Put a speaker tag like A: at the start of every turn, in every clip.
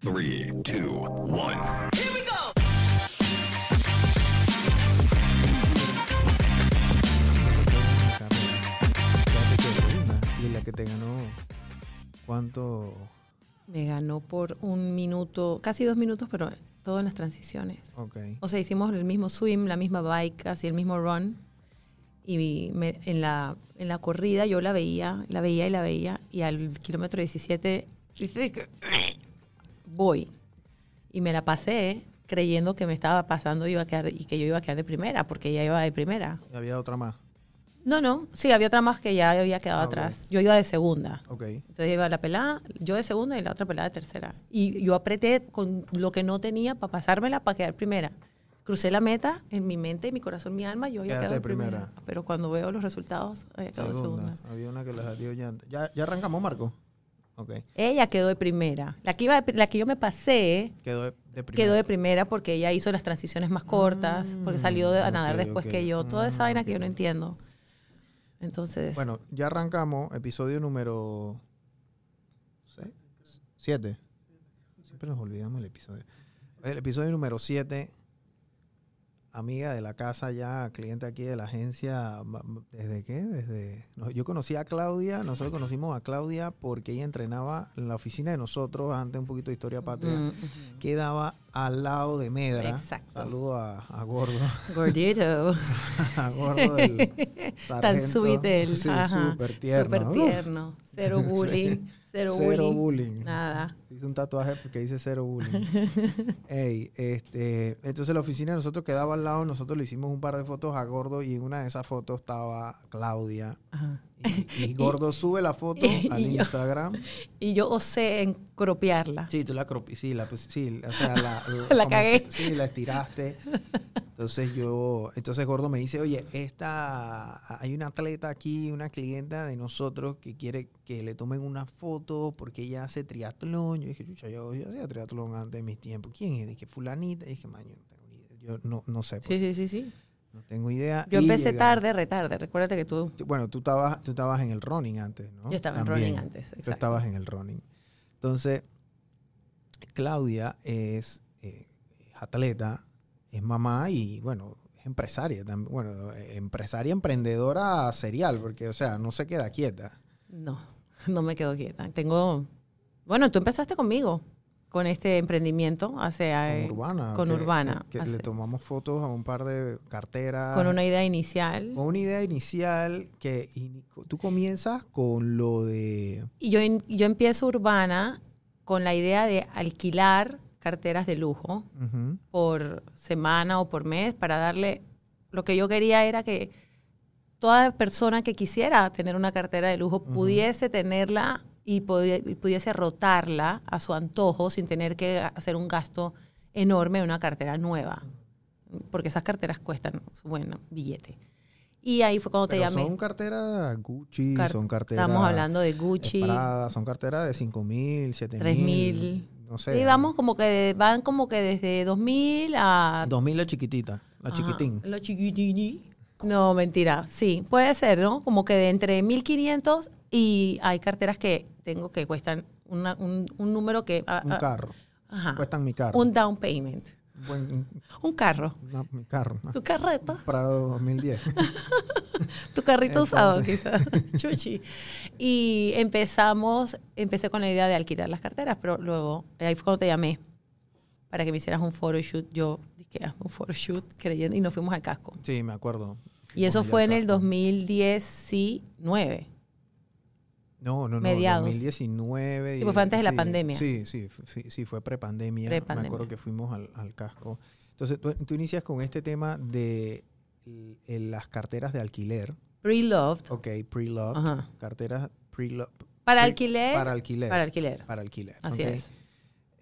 A: Three, two, one.
B: Fíjate que linda. Y la que te ganó, ¿cuánto?
C: Me ganó por un minuto, casi dos minutos, pero todo en las transiciones.
B: Ok.
C: O sea, hicimos el mismo swim, la misma bike, casi el mismo run. Y me- en, la, en la corrida yo la veía, la veía y la veía. Y al kilómetro 17 hice que- voy. Y me la pasé creyendo que me estaba pasando iba a quedar, y que yo iba a quedar de primera, porque ella iba de primera.
B: Y había otra más.
C: No, no, sí, había otra más que ya había quedado
B: Ah,
C: atrás. Yo iba de segunda.
B: Ok.
C: Entonces iba la pelada, yo de segunda y la otra pelada de tercera. Y yo apreté con lo que no tenía para pasármela para quedar primera. Crucé la meta en mi mente, en mi corazón, mi alma, yo había
B: Quedaste
C: quedado
B: de primera.
C: primera. Pero cuando veo los resultados, había quedado
B: Segunda.
C: de segunda.
B: Había una que la salió ya antes. ¿Ya, ya arrancamos, Marco? Ok.
C: Ella quedó de primera. La que, iba de pri- la que yo me pasé
B: Quedó de, de primera.
C: quedó de primera porque ella hizo las transiciones más cortas, porque salió de- a
B: Mm,
C: nadar
B: ok,
C: después
B: ok.
C: que yo. Toda esa
B: Mm,
C: vaina que yo
B: ok.
C: no entiendo. Entonces,
B: Bueno, ya arrancamos. Episodio número... ¿sí? ¿Siete? Siempre nos olvidamos el episodio. El episodio número siete. Amiga de la casa ya, cliente aquí de la agencia, ma- ma- ¿desde qué? Desde... no, yo conocí a Claudia, nosotros conocimos a Claudia porque ella entrenaba en la oficina de nosotros, antes un poquito de historia patria,
C: mm,
B: quedaba al lado de Medra.
C: Exacto.
B: Saludo a, a Gordo.
C: gordito.
B: A Gordo del sargento.
C: Tan sweet él.
B: Sí,
C: ajá.
B: súper tierno.
C: Súper
B: Uf,
C: tierno. Cero
B: Sí.
C: bullying. Cero,
B: Cero
C: bullying.
B: bullying.
C: Nada.
B: Se hizo un tatuaje porque dice cero bullying. Ey, este, entonces la oficina de nosotros quedaba al lado, nosotros le hicimos un par de fotos a Gordo y en una de esas fotos estaba Claudia.
C: Ajá.
B: Y, y Gordo sube la foto
C: y
B: al
C: yo.
B: Instagram.
C: Y yo osé en cropearla.
B: Sí, tú la cropi- sí, la, pus- sí, o sea, la, la-
C: La
B: como
C: cagué.
B: que- Sí, la estiraste. Entonces yo, entonces Gordo me dice, oye, esta, hay una atleta aquí, una clienta de nosotros que quiere que le tomen una foto porque ella hace triatlón. Yo dije, chucha, yo, yo hacía triatlón antes de mis tiempos. ¿Quién es? Dije, fulanita. Y dije, man, yo no tengo ni idea. Yo no, no sé,
C: Sí,
B: pues,
C: sí, sí, sí.
B: no tengo idea.
C: Yo
B: Y
C: empecé
B: llegamos.
C: tarde, retarde. Recuérdate que tú.
B: Tú- Bueno, tú estabas, tú estabas en el running antes, ¿no?
C: Yo estaba
B: También.
C: en running antes. Exacto.
B: Tú estabas en el running. Entonces, Claudia es, eh, es atleta, es mamá y, bueno, es empresaria también. Bueno, eh, empresaria emprendedora serial, porque, o sea, no se queda quieta.
C: No, no me quedo quieta. Tengo. Bueno, tú empezaste conmigo con este emprendimiento hace. eh,
B: con Urbana.
C: con
B: que- eh,
C: Urbana,
B: Que, le
C: hace-
B: tomamos fotos a un par de carteras.
C: con una idea inicial.
B: con una idea inicial que ini- tú comienzas con lo de...
C: Y yo, en- yo empiezo urbana con la idea de alquilar carteras de lujo.
B: Ujú.
C: por semana o por mes para darle lo que yo quería era que toda persona que quisiera tener una cartera de lujo pudiese tenerla y, pudi- y pudiese rotarla a su antojo sin tener que hacer un gasto enorme en una cartera nueva porque esas carteras cuestan su buen billete y ahí fue cuando te
B: Pero
C: llamé
B: son carteras Gucci,
C: Car-
B: son carteras...
C: estamos hablando de Gucci
B: Prada, son carteras de 5 mil, 7 mil.
C: 3000.
B: No sé.
C: sí vamos como que de- van como que desde 2000 a
B: 2000 la chiquitita, la
C: Ajá,
B: chiquitín.
C: La chiquitini. No, mentira. Sí, puede ser, ¿no? Como que de entre 1500 y hay carteras que tengo que cuestan una- un, un número que. ah,
B: Un
C: ah,
B: carro.
C: Ajá.
B: Cuestan mi carro.
C: Un down payment.
B: Buen-
C: Un carro.
B: una- mi carro. ah,
C: Tu carreta.
B: Prado 2010.
C: Tu carrito usado,
B: Entonces-
C: quizás. Chuchi. Y empezamos, empecé con la idea de alquilar las carteras, pero luego, ahí fue cuando te llamé para que me hicieras un photoshoot. Yo dije, "Hazme un photoshoot creyendo, y nos fuimos al casco.
B: sí, me acuerdo.
C: Y eso
B: Fuimos allá
C: fue
B: al
C: en el
B: casco.
C: 2019.
B: No, no, no.
C: mediados.
B: 2019.
C: Sí, pues fue antes de la
B: sí,
C: pandemia.
B: Sí, sí, f- sí, sí, fue prepandemia. Me
C: Prepandemia.
B: acuerdo que fuimos al, al casco. Entonces, tú, tú inicias con este tema de el- el- las carteras de alquiler.
C: Pre-loved.
B: Ok, pre-love.
C: Ajá.
B: Carteras pre-love.
C: Para
B: pre-
C: alquiler.
B: Para alquiler.
C: para alquiler.
B: para alquiler.
C: Así
B: ¿ok?
C: es.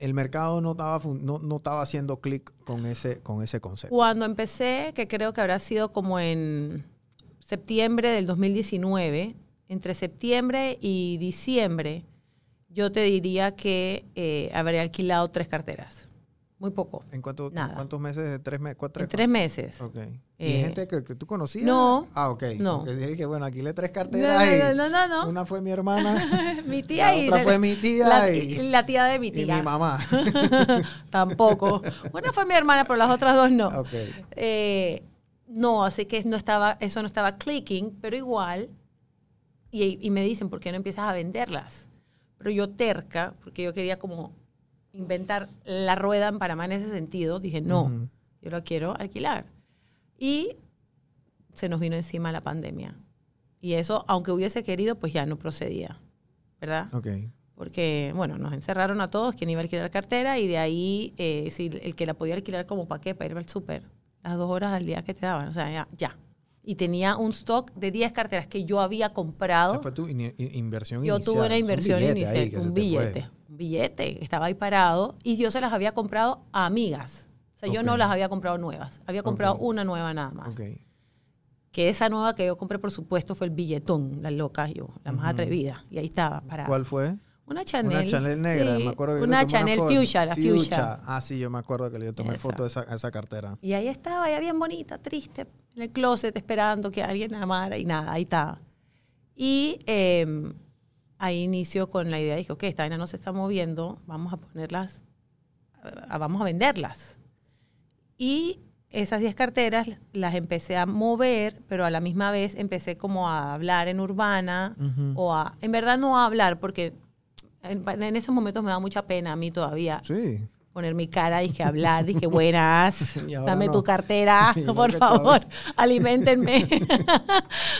B: El mercado no estaba, fun- no, no estaba haciendo clic con ese, con ese concepto.
C: Cuando empecé, que creo que habrá sido como en septiembre del 2019, entre septiembre y diciembre, yo te diría que eh, habré alquilado tres carteras. muy poco.
B: ¿En cuánto-
C: Nada.
B: cuántos meses? ¿Tres meses? ¿Cuatro?
C: En tres meses.
B: Ok. ¿Y
C: Eh,
B: gente que, que tú conocías?
C: no,
B: Ah, ok.
C: no.
B: Porque dije que bueno, aquí le tres
C: No,
B: carteras.
C: no,
B: y
C: no, no, no, no.
B: Una fue mi hermana,
C: mi tía
B: la
C: y
B: otra
C: se-
B: fue mi tía
C: la,
B: y,
C: la tía de mi
B: y
C: tía.
B: mi mamá.
C: Tampoco. Una fue mi hermana, pero las otras dos no.
B: ok.
C: Eh, no, así que no estaba, eso no estaba clicking, pero igual. Y, y me dicen, ¿por qué no empiezas a venderlas? Pero yo terca, porque yo quería como inventar la rueda en Panamá en ese sentido, dije, no,
B: Ujú.
C: yo la quiero alquilar. Y se nos vino encima la pandemia. Y eso, aunque hubiese querido, pues ya no procedía, ¿verdad?
B: Ok.
C: porque, bueno, nos encerraron a todos, quien iba a alquilar cartera, y de ahí, eh, si el que la podía alquilar como para qué, para ir al súper, las dos horas al día que te daban, o sea, ya, ya. Y tenía un stock de 10 carteras que yo había comprado.
B: Esa fue tu ini- i- inversión
C: Yo
B: inicial.
C: tuve una
B: Es un
C: inversión
B: billete
C: inicial,
B: ahí que se
C: un
B: te fue.
C: billete, un billete, estaba ahí parado y yo se las había comprado a amigas. O sea, yo
B: Ok.
C: no las había comprado nuevas, había comprado
B: Ok.
C: una nueva nada más.
B: Ok.
C: Que esa nueva que yo compré, por supuesto, fue el billetón, la loca yo, la más
B: Ujú.
C: atrevida. Y ahí estaba, parada.
B: ¿Cuál fue?
C: Una Chanel.
B: Una Chanel negra,
C: sí,
B: me acuerdo que yo
C: Una
B: le tomé
C: Chanel
B: foto.
C: fuchsia, la fuchsia.
B: Ah, sí, yo me acuerdo que le tomé
C: Esa.
B: foto de esa, a esa cartera.
C: Y ahí estaba, ya bien bonita, triste, en el closet esperando que alguien la amara y nada, ahí estaba. Y eh, ahí inició con la idea, dije, ok, esta vaina no se está moviendo, vamos a ponerlas, a- a- vamos a venderlas. Y esas 10 carteras las empecé a mover, pero a la misma vez empecé como a hablar en urbana,
B: Ujú.
C: o a, en verdad no a hablar, porque en, en esos momentos me da mucha pena a mí todavía
B: Sí.
C: poner mi cara, dije hablar, dije buenas,
B: Y ahora
C: dame
B: no.
C: tu cartera,
B: Igual
C: por
B: que
C: favor, alimentenme.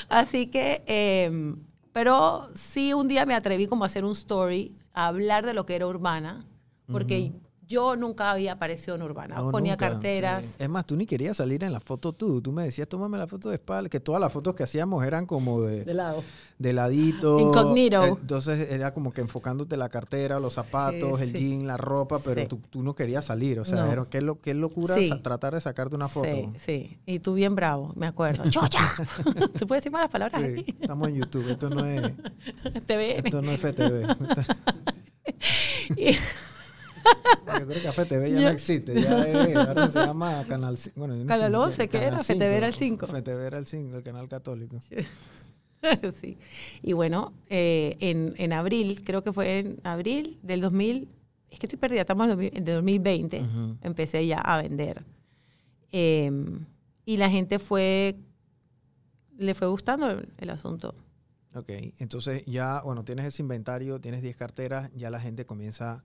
C: Así que, eh, pero sí un día me atreví como a hacer un story, a hablar de lo que era urbana, porque yo nunca había aparecido en urbana.
B: No,
C: Ponía
B: nunca,
C: carteras.
B: sí. Es más, tú ni querías salir en la foto tú. Tú me decías, tómame la foto de espalda, que todas las fotos que hacíamos eran como de,
C: De lado.
B: de ladito.
C: Incognito.
B: Eh, Entonces era como que enfocándote la cartera, los zapatos, el
C: sí.
B: jean, la ropa, pero
C: Sí.
B: tú, tú no querías salir. O sea,
C: No.
B: era, qué, lo, qué locura
C: Sí.
B: sa- tratar de sacarte una foto.
C: Sí, sí. Y tú bien bravo, me acuerdo. ¡Chocha! ¿Se puede decir malas palabras
B: Sí,
C: aquí?
B: estamos en YouTube, esto no es,
C: TVN.
B: esto no es FTV.
C: Y-
B: Yo creo que FTV ya
C: Ya.
B: no existe, ya es, ahora se llama Canal 5. Bueno, yo no sé
C: Canal
B: ni qué-
C: 11, ¿qué
B: Canal
C: era? FTV era el
B: 5.
C: 5.
B: FTV era el 5, el canal católico.
C: sí. Y bueno, eh, en, en abril, creo que fue en abril del 2000, es que estoy perdida, estamos en 2000 en 2020,
B: Ujú.
C: empecé ya a vender. Eh, y la gente fue, le fue gustando el, el asunto.
B: Ok, entonces ya, bueno, tienes ese inventario, tienes 10 carteras, ya la gente comienza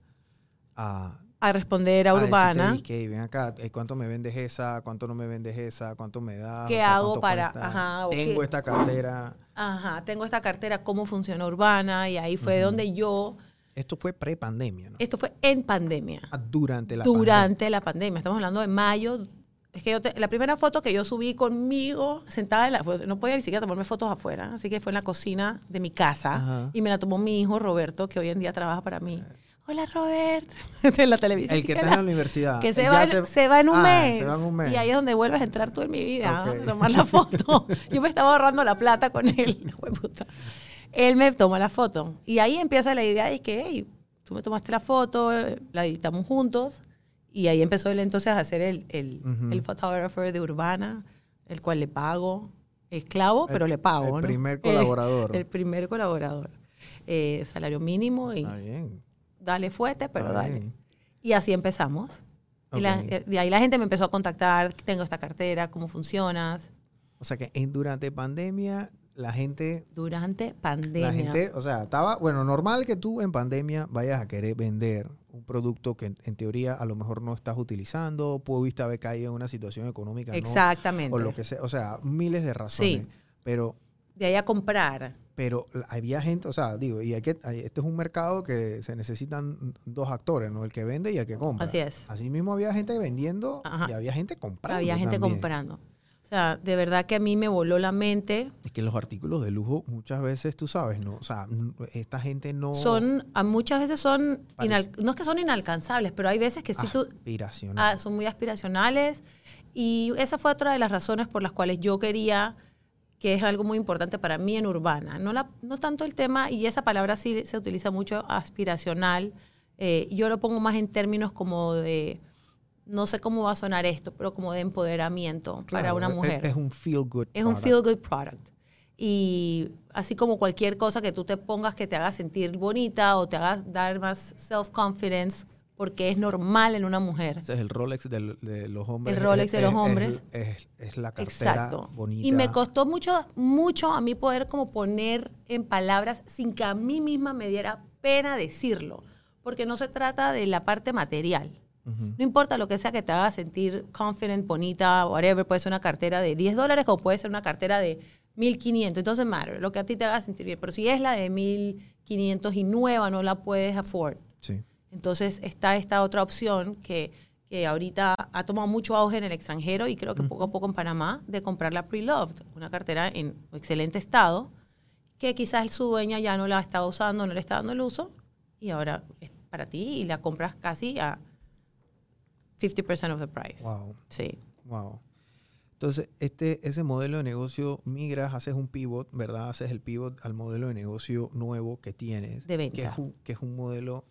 B: a...
C: A responder a,
B: a
C: Urbana,
B: Decirte, "Ey, ven acá, eh, ¿cuánto me vendes esa? ¿Cuánto no me vendes esa? ¿Cuánto me da?
C: ¿Qué hago
B: ¿cuánto
C: para-
B: cuesta?
C: ajá, o
B: Tengo
C: qué-
B: esta cartera.
C: ajá, tengo esta cartera, ¿cómo funciona Urbana? Y ahí fue
B: Ujú.
C: donde yo,
B: Esto fue pre-pandemia, ¿no?
C: esto fue en pandemia.
B: Ah, Durante la
C: durante la pandemia. Estamos hablando de mayo. Es que yo te- la primera foto que yo subí conmigo, sentada en la. pues, No podía ni siquiera tomarme fotos afuera, así que fue en la cocina de mi casa.
B: Ajá.
C: Y me la tomó mi hijo Roberto, que hoy en día trabaja para mí. Hola, Robert. de la
B: pandemia.
C: televisión.
B: El que está en la universidad.
C: Que se
B: ya
C: va, en- se va en un
B: Ah,
C: mes.
B: Se va en un mes.
C: Y ahí es donde vuelves a entrar tú en mi vida,
B: Ok.
C: a tomar la foto. Yo me estaba ahorrando la plata con él. jueputa. Él me toma la foto. Y ahí empieza la idea de que, hey, tú me tomaste la foto, la editamos juntos. Y ahí empezó él entonces a ser el, el,
B: Ujú.
C: el photographer de Urbana, el cual le pago. Esclavo,
B: El-
C: pero le pago.
B: el
C: ¿no? Eh,
B: primer colaborador.
C: Ah, El, primer colaborador. Eh, salario mínimo y
B: Está bien.
C: dale fuerte, pero
B: está
C: dale.
B: bien.
C: Y así empezamos. Y, la- eh,
B: Ok.
C: y ahí la gente me empezó a contactar, tengo esta cartera, cómo funcionas,
B: O sea que en, durante pandemia la gente
C: durante pandemia.
B: La gente, o sea, estaba, bueno, normal que tú en pandemia vayas a querer vender un producto que en, en teoría a lo mejor no estás utilizando, pudiste haber caído en una situación económica, ¿no?
C: Exactamente.
B: o lo que sea, o sea, miles de razones.
C: Sí.
B: Pero,
C: De ahí a comprar.
B: pero había gente, o sea, digo, y hay que, hay- este es un mercado que se necesitan dos actores, ¿no? El que vende y el que compra.
C: Así es.
B: Así mismo había gente vendiendo
C: Ajá.
B: y había gente comprando.
C: Había gente
B: también.
C: comprando. O sea, de verdad que a mí me voló la mente.
B: Es que los artículos de lujo muchas veces, tú sabes, ¿no? O sea, n- esta gente no...
C: Son, a muchas veces son,
B: Parece-
C: inal- no es que son inalcanzables, pero hay veces que sí tú,
B: aspiracional.
C: Ah, son muy aspiracionales. Y esa fue otra de las razones por las cuales yo quería, que es algo muy importante para mí en urbana. No, la, no tanto el tema, y esa palabra sí se utiliza mucho, aspiracional. eh, yo lo pongo más en términos como de no sé cómo va a sonar esto, pero como de empoderamiento para
B: Claro,
C: una
B: es-
C: mujer.
B: Es, un feel good.
C: Es un
B: product.
C: feel good product. Y así como cualquier cosa que tú te pongas que te haga sentir bonita o te haga dar más self-confidence, porque es normal en una mujer.
B: Ese es el Rolex del- de, los hombres.
C: El Rolex de
B: Es-
C: los
B: es-
C: hombres.
B: Es, es la cartera
C: Exacto.
B: bonita.
C: Y me costó mucho, mucho a mí poder como poner en palabras sin que a mí misma me diera pena decirlo, porque no se trata de la parte material.
B: Ujú.
C: No importa lo que sea que te haga sentir confident, bonita, whatever, puede ser una cartera de 10 dólares como puede ser una cartera de 1500, entonces matter, lo que a ti te haga sentir bien, pero si es la de 1500 y nueva no la puedes afford.
B: Sí.
C: Entonces está esta otra opción que, que ahorita ha tomado mucho auge en el extranjero y creo que poco a poco en Panamá de comprar la pre-loved, una cartera en excelente estado, que quizás su dueña ya no la está usando, no le está dando el uso y ahora es para ti y la compras casi a 50% of the price.
B: Wow.
C: Sí.
B: Wow. Entonces, este, ese modelo de negocio migras, haces un pivot, ¿verdad? Haces el pivot al modelo de negocio nuevo que tienes.
C: De
B: Que
C: venta.
B: es un, que es un modelo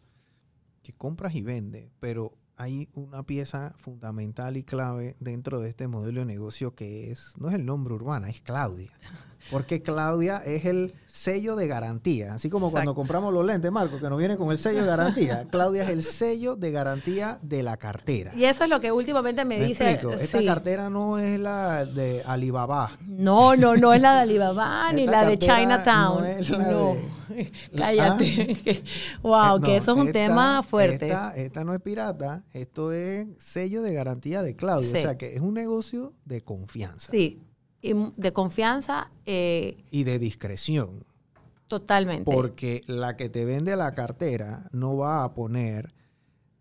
B: que compras y vende, pero hay una pieza fundamental y clave dentro de este modelo de negocio que es, no es el nombre urbana, es Claudia. Porque Claudia es el sello de garantía. Así como cuando
C: Exacto.
B: compramos los lentes, Marco, que nos viene con el sello de garantía. Claudia es el sello de garantía de la cartera.
C: Y eso es lo que últimamente me,
B: Me
C: dice.
B: explico, Esta
C: sí.
B: cartera no es la de Alibaba.
C: No, no, no es la de Alibaba Ah, ni
B: Esta
C: la de
B: cartera
C: Chinatown.
B: no
C: No,
B: es la
C: cállate. wow,
B: Eh, Ah.
C: que
B: no,
C: eso es un
B: esta-
C: tema fuerte.
B: Esta, esta no es pirata, esto es sello de garantía de Claudio.
C: Sí.
B: O sea que es un negocio de confianza
C: Sí, y m- de confianza eh,
B: y de discreción.
C: totalmente.
B: Porque la que te vende la cartera no va a poner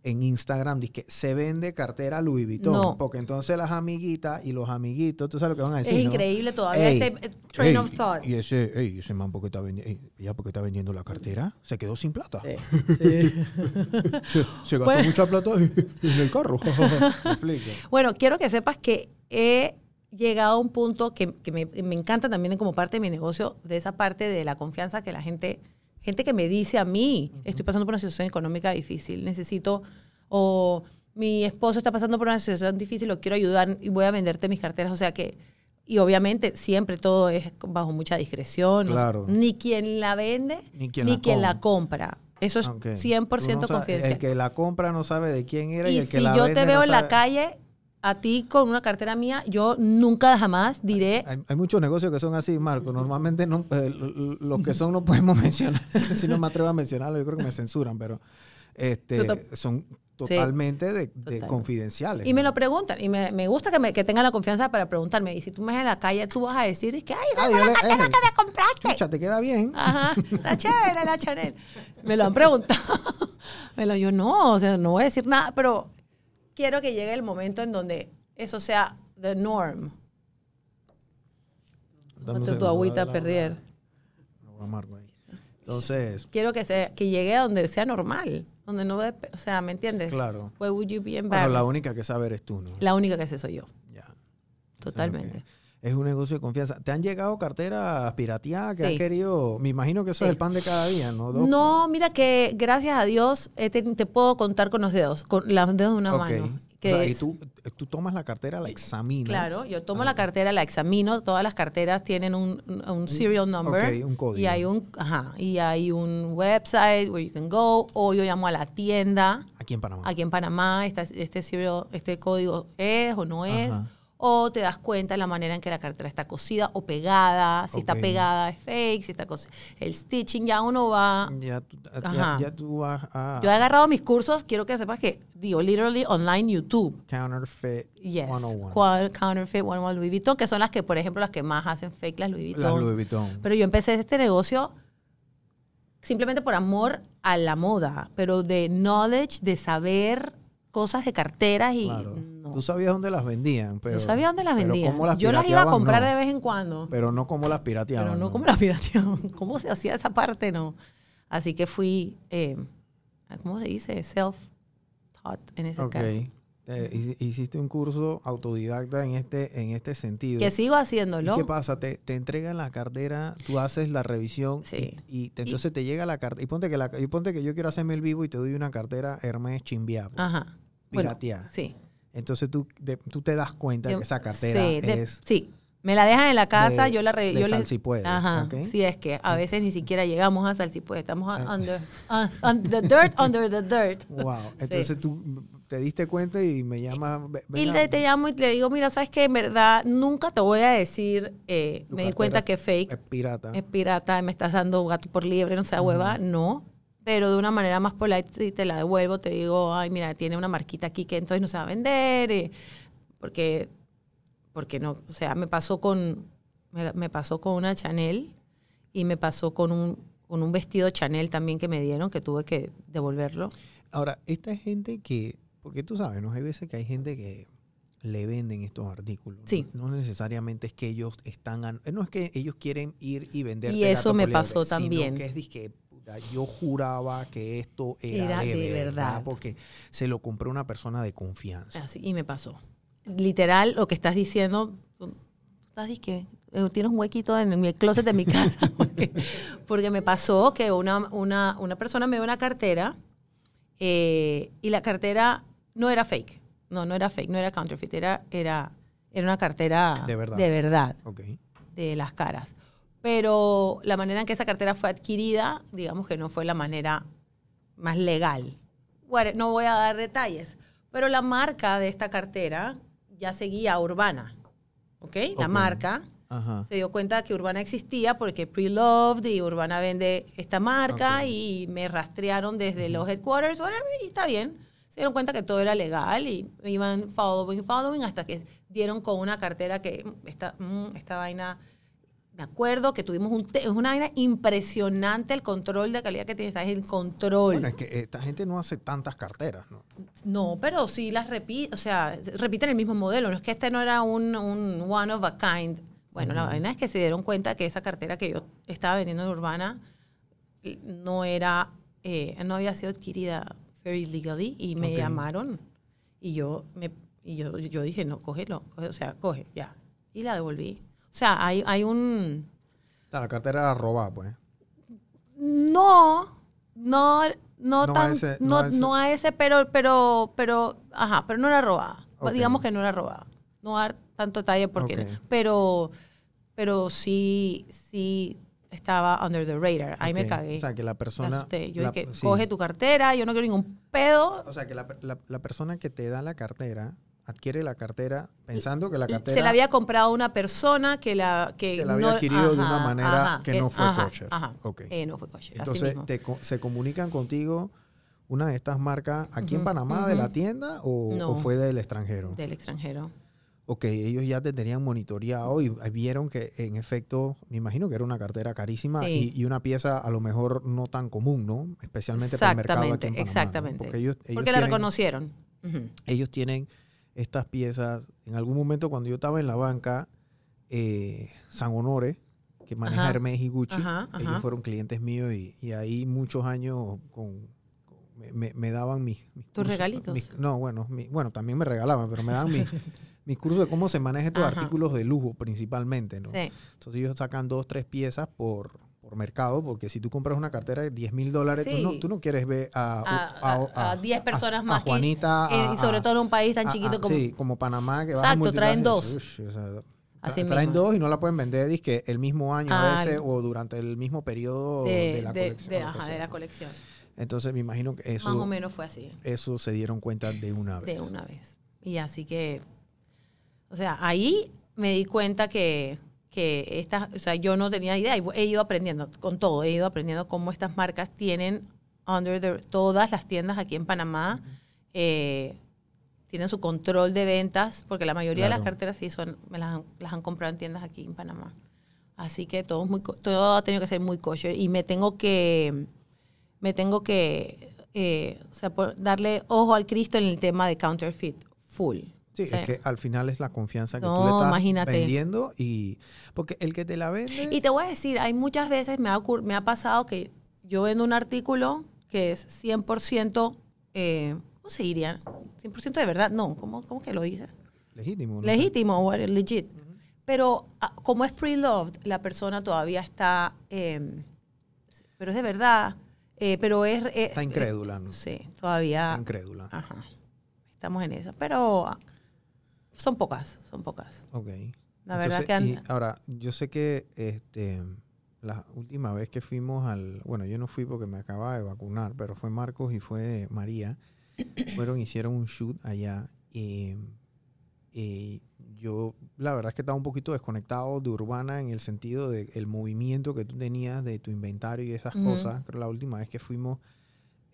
B: en Instagram que se vende cartera Louis Vuitton.
C: No.
B: Porque entonces las amiguitas y los amiguitos, tú sabes lo que van a
C: es
B: decir. ¿no?
C: increíble todavía
B: Ey,
C: ese eh, train
B: ey,
C: of thought.
B: Y ese, ey, ese man, ¿por qué está vendiendo? ¿Ya por qué está vendiendo la cartera? Se quedó sin plata.
C: Sí,
B: Se, se gastó
C: Bueno.
B: mucha plata en el carro. Me explico.
C: Bueno, quiero que sepas que he llegado a un punto que, que me, me encanta también como parte de mi negocio, de esa parte de la confianza que la gente, gente que me dice a mí, estoy pasando por una situación económica difícil, necesito, o mi esposo está pasando por una situación difícil, lo quiero ayudar y voy a venderte mis carteras, o sea que, y obviamente siempre todo es bajo mucha discreción, no sé,
B: Claro.
C: ni quien la vende,
B: Ni quien la
C: compra. Eso es
B: Ok.
C: 100%
B: Tú no sabes-
C: confidencial
B: El que la compra no sabe de quién era y,
C: y
B: el que
C: si
B: la
C: yo
B: vende
C: te veo
B: no
C: en la
B: sabe-
C: calle a ti con una cartera mía, yo nunca jamás diré
B: Hay, hay muchos negocios que son así, Marco. Normalmente no, eh, l- l- los que son no podemos mencionar. si no me atrevo a mencionarlo, yo creo que me censuran, pero este,
C: Total-
B: son totalmente de, de
C: Total.
B: confidenciales.
C: y me
B: ¿no?
C: lo preguntan y me, me gusta que, me, que tengan la confianza para preguntarme y si tú me ves en la calle tú vas a decir es que ay
B: Ah,
C: esa fue
B: yo
C: la
B: le-
C: cartera
B: eh,
C: que me compraste
B: Chucha, te queda bien.
C: ajá está chévere la Chanel me lo han preguntado me lo yo no o sea no voy a decir nada pero quiero que llegue el momento en donde eso sea the norm
B: Dame un
C: ponte tu
B: segundo,
C: agüita
B: dale
C: a
B: la-
C: perder
B: la- la Marco ahí. Entonces,
C: quiero que sea que llegue a donde sea normal donde no dep- o sea me entiendes
B: Claro.
C: Why would you be
B: bueno, la
C: embarrassed?
B: única que sabe eres tú, ¿no?
C: La única que sé soy yo,
B: Ya.
C: totalmente.
B: Es un negocio de confianza. ¿Te han llegado carteras pirateadas que
C: Sí.
B: has querido? Me imagino que eso es
C: Sí.
B: el pan de cada día, ¿no? Doc?
C: No, mira que gracias a Dios eh, te, te puedo contar con los dedos, con los dedos de una
B: Ok.
C: mano.
B: O
C: Que
B: sea, y
C: es-
B: tú, Ah. tú tomas la cartera, la examinas.
C: claro, yo tomo la cartera, la examino, todas las carteras tienen un, un- un serial number.
B: ok, un código.
C: Y hay un, ajá, y hay un website where you can go, o yo llamo a la tienda.
B: Aquí en Panamá.
C: aquí en Panamá esta- este, serial- este código es o no es.
B: Ajá.
C: O te das cuenta de la manera en que la cartera está cosida o pegada. Si está
B: Ok.
C: pegada es fake, si está cosida. El stitching ya uno va.
B: Ya, tú- ya-
C: Ajá.
B: ya tú vas a
C: Yo he agarrado mis cursos, quiero que sepas que digo literally online YouTube.
B: Counterfeit
C: Yes.
B: 101.
C: Cual- Counterfeit One One Louis Vuitton, que son las que, por ejemplo, las que más hacen fake las Louis Vuitton.
B: Las Louis Vuitton.
C: Pero yo empecé este negocio simplemente por amor a la moda, pero de knowledge, de saber cosas de carteras y
B: Claro.
C: no.
B: Tú sabías dónde las vendían, pero...
C: yo sabía dónde las
B: pero
C: vendía.
B: cómo las
C: yo las iba a
B: pirateaban,
C: comprar
B: no.
C: de vez en cuando, pero,
B: Pero no como las pirateaban.
C: no como las pirateaban. ¿Cómo se hacía esa parte? No. Así que fui, eh, ¿cómo se dice? Self-taught en ese
B: Ok.
C: caso.
B: Eh, hici- hiciste un curso autodidacta en este, en este sentido.
C: Que sigo
B: ¿Y
C: haciéndolo.
B: ¿Qué pasa? Te, te entregan la cartera, tú haces la revisión y-
C: Sí.
B: y, te- entonces te llega la cartera. Y ponte que la, y ponte que yo quiero hacerme el vivo y te doy una cartera Hermes chimbiada,
C: Ajá. Ah, Bueno,
B: pirateada.
C: sí.
B: Entonces tú, de- tú te das cuenta
C: Yo-
B: que esa cartera
C: sí, de-
B: es
C: sí. me la dejan en la casa,
B: de-
C: yo la re-
B: de
C: yo les-
B: sal si puede,
C: Ajá.
B: ¿ok?
C: Sí, es que a veces ni siquiera llegamos a sal si puede, estamos a-
B: Ah.
C: under un- un- the dirt under the dirt.
B: wow. Entonces tú te diste cuenta y me llamas. ve-
C: Y
B: venga,
C: le- te llamo y le digo, mira, sabes que en verdad nunca te voy a decir, eh,
B: tu
C: me di
B: cartera
C: cuenta que es fake,
B: Es pirata.
C: es pirata, me estás dando gato por liebre, no sea hueva, no. Pero de una manera más polite, si te la devuelvo, te digo, ay, mira, tiene una marquita aquí que entonces no se va a vender, eh, porque, porque no, o sea, me pasó con, me, me pasó con una Chanel y me pasó con un, con un vestido Chanel también que me dieron, que tuve que devolverlo.
B: Ahora, esta gente que, porque tú sabes, ¿no? Hay veces que hay gente que le venden estos artículos. ¿no?
C: Sí.
B: No, necesariamente es que ellos están, gan- eh, no es que ellos quieren ir y vender.
C: Y eso me pasó también.
B: que es disque, puta, yo juraba que esto era,
C: Era
B: de,
C: de
B: verdad,
C: verdad.
B: porque se lo compró una persona de confianza.
C: Así, y me pasó. Literal, lo que estás diciendo, tú estás diciendo que tienes un huequito en mi closet de mi casa. Porque, porque me pasó que una, una, una persona me dio una cartera eh, y la cartera no era fake. No, no era fake, no era counterfeit, era, era, era una cartera
B: De verdad.
C: de verdad,
B: Ok.
C: de las caras. Pero la manera en que esa cartera fue adquirida, digamos que no fue la manera más legal. Bueno, no voy a dar detalles, pero la marca de esta cartera ya seguía a Urbana, ¿ok? La
B: Ok.
C: marca
B: Ajá.
C: se dio cuenta que Urbana existía porque Pre-Loved y Urbana vende esta marca
B: Ok.
C: y me rastrearon desde los headquarters, whatever, y está bien. Se dieron cuenta que todo era legal y iban following, following, hasta que dieron con una cartera que mm, esta, mm, esta vaina, me acuerdo que tuvimos un te- una vaina impresionante el control de calidad que tiene, ¿sabes? El control.
B: Bueno, es que esta gente no hace tantas carteras, ¿no?
C: No, pero sí las repiten, o sea, se- repiten el mismo modelo. No es que este no era un, un one of a kind. Bueno, la vaina es que se dieron cuenta que esa cartera que yo estaba vendiendo en Urbana eh, no era, eh, no había sido adquirida very legally y me
B: Ok.
C: llamaron y yo me y yo, yo dije no cógelo, coge, o sea coge ya y la devolví. O sea, hay, hay un
B: O sea, la cartera era robada, pues.
C: no, no, no,
B: No a
C: tan,
B: ese-
C: no,
B: no a ese.
C: no a ese, pero, pero, pero, ajá, pero no era robada.
B: Ok.
C: Digamos que no era robada. No dar tanto detalle porque,
B: Ok.
C: pero, pero sí, sí estaba under the radar. Ahí me
B: Ok.
C: cagué.
B: O sea, que la
C: Me
B: persona...
C: asusté. Yo
B: la-
C: dije,
B: sí.
C: coge tu cartera, yo no quiero ningún pedo.
B: O sea, que la, la- la persona que te da la cartera adquiere la cartera pensando que la cartera...
C: Se la había comprado una persona que la que,
B: Que la había adquirido de una manera que no fue
C: ajá,
B: kosher.
C: Ajá,
B: Ok.
C: Eh, no fue kosher. así
B: Entonces,
C: mismo.
B: te co- se comunican contigo una de estas marcas aquí en
C: Ujú,
B: Panamá de la
C: ujú.
B: tienda o,
C: No.
B: o fue del extranjero.
C: del extranjero.
B: Ok, ellos ya te tenían monitoreado y eh, vieron que en efecto, me imagino que era una cartera carísima
C: Sí.
B: y, y una pieza a lo mejor no tan común, ¿no? Especialmente para el mercado aquí en Panamá,
C: Exactamente,
B: ¿no?
C: exactamente.
B: Porque ellos, ellos
C: Porque la
B: tienen-
C: reconocieron. Ujú.
B: ellos tienen estas piezas. En algún momento cuando yo estaba en la banca, eh, San Honore, que maneja
C: Ajá.
B: Hermes y Gucci,
C: Ajá, ajá.
B: ellos fueron clientes míos y, y ahí muchos años con, con- me- me, me daban mis... mis
C: ¿Tus
B: cursos,
C: regalitos?
B: mis- no, bueno, mi- bueno, también me regalaban, pero me daban mis, mis cursos de cómo se maneja estos
C: Ajá.
B: artículos de lujo principalmente, ¿no?
C: Sí.
B: Entonces ellos sacan dos, tres piezas por por mercado, porque si tú compras una cartera de 10 mil dólares, tú, no,
C: Sí.
B: tú no quieres ver a
C: A- a- a 10 personas más
B: A
C: que-
B: Juanita.
C: Eh,
B: a-
C: y sobre
B: a-
C: todo en un país tan
B: Ah,
C: chiquito
B: ah,
C: como...
B: Sí, como Panamá, que
C: Exacto,
B: van a
C: traen
B: multiplicar eso.
C: dos.
B: Ush, o sea, tra-
C: Así
B: traen
C: mismo.
B: dos y no la pueden vender dizque, el mismo año a
C: Ah,
B: veces
C: no.
B: o durante el mismo periodo de,
C: de,
B: la
C: de-
B: colección.
C: de-
B: o lo que
C: ajá, de
B: sea.
C: la colección.
B: Entonces me imagino que
C: Más
B: eso,
C: o menos fue así,
B: eso se dieron cuenta de una vez.
C: de una vez. Y así que, o sea, ahí me di cuenta que, que estas, o sea, yo no tenía idea y he ido aprendiendo con todo, he ido aprendiendo cómo estas marcas tienen under the- todas las tiendas aquí en Panamá, eh, tienen su control de ventas, porque la mayoría de las
B: Claro.
C: carteras sí son, me las, han- las han comprado en tiendas aquí en Panamá. Así que todo, es muy, co- todo ha tenido que ser muy kosher y me tengo que, me tengo que eh, o sea, por- darle ojo al Cristo en el tema de counterfeit full.
B: Sí,
C: O sea,
B: es que al final es la confianza que tú
C: No,
B: le estás
C: imagínate.
B: vendiendo y... Porque el que te la vende...
C: Y te voy a decir, hay muchas veces me ha, ocur- me ha pasado que yo vendo un artículo que es 100%, eh, ¿cómo se diría? 100% de verdad, no, ¿cómo, cómo que lo dices?
B: legítimo. ¿no?
C: legítimo o legit. Pero ah, como es pre-loved, la persona todavía está, eh, pero es de verdad, eh, pero es... eh,
B: Está incrédula, ¿no?
C: Sí, todavía...
B: Incrédula.
C: Ajá. Estamos en eso. Pero ah, son pocas, son pocas.
B: Ok.
C: La verdad
B: Entonces,
C: que
B: y
C: han-
B: ahora, yo sé que este, la última vez que fuimos al. Bueno, yo no fui porque me acababa de vacunar, pero fue Marcos y fue María. Fueron, hicieron un shoot allá. Y, y yo, la verdad es que estaba un poquito desconectado de Urbana en el sentido del movimiento que tú tenías de tu inventario y esas
C: Ujú.
B: cosas. Creo la última vez que fuimos.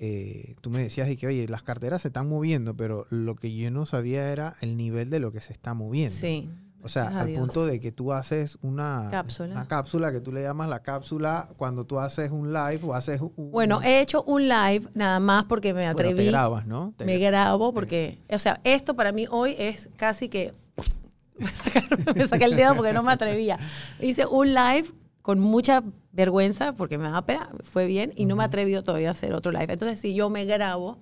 B: eh, tú me decías y que, oye, las carteras se están moviendo, pero lo que yo no sabía era el nivel de lo que se está moviendo.
C: Sí.
B: O sea,
C: gracias a
B: al
C: Dios.
B: punto de que tú haces una
C: Cápsula.
B: una cápsula que tú le llamas la cápsula cuando tú haces un live o haces un...
C: Bueno,
B: bueno,
C: he hecho un live nada más porque me atreví.
B: te grabas, ¿no? Te-
C: me grabo porque, o sea, esto para mí hoy es casi que me sacaron- me saqué el dedo porque no me atrevía. Hice un live con mucha vergüenza porque me daba pena, fue bien y no me atrevido todavía a hacer otro live. Entonces, si yo me grabo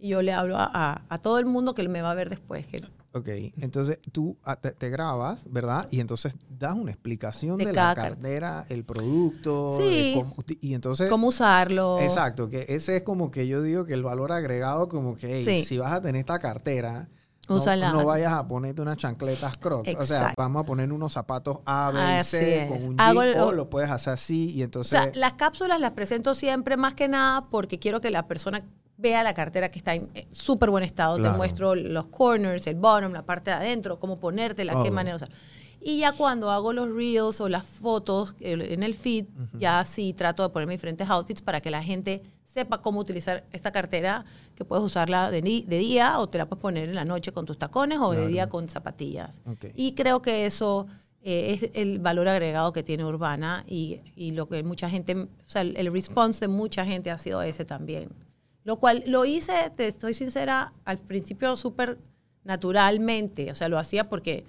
C: y yo le hablo a, a- a todo el mundo que me va a ver después, que
B: ok, entonces tú ah, te, te grabas, ¿verdad? Y entonces das una explicación de,
C: De
B: la
C: cada car-
B: cartera, el producto, de
C: Sí.
B: cómo- y entonces...
C: cómo usarlo.
B: Eh, Exacto, que ese es como que yo digo que el valor agregado como que hey,
C: Sí.
B: si vas a tener esta cartera, no-
C: Úsala.
B: no, vayas a ponerte unas chancletas crocs. O sea,
C: Exacto. Ah,
B: vamos a poner unos zapatos A, B y
C: Así
B: C
C: es.
B: con un
C: Hago
B: jean,
C: lo-
B: o lo puedes hacer así y
C: O
B: entonces...
C: sea, las cápsulas las presento siempre más que nada porque quiero que la persona vea la cartera que está en eh, súper buen estado.
B: Claro.
C: Te muestro los corners, el bottom, la parte de adentro, cómo ponértela,
B: Todo.
C: qué manera usar. Y ya cuando hago los reels o las fotos el- en el feed, ya sí trato de ponerme diferentes outfits para que la gente sepa cómo utilizar esta cartera, que puedes usarla de, ni- de día o te la puedes poner en la noche con tus tacones o de
B: Claro.
C: día con zapatillas.
B: Ok.
C: Y creo que eso eh, es el valor agregado que tiene Urbana y, y lo que mucha gente, o sea, el, el response de mucha gente ha sido ese también. Lo cual lo hice, te estoy sincera, al principio súper naturalmente, o sea, lo hacía porque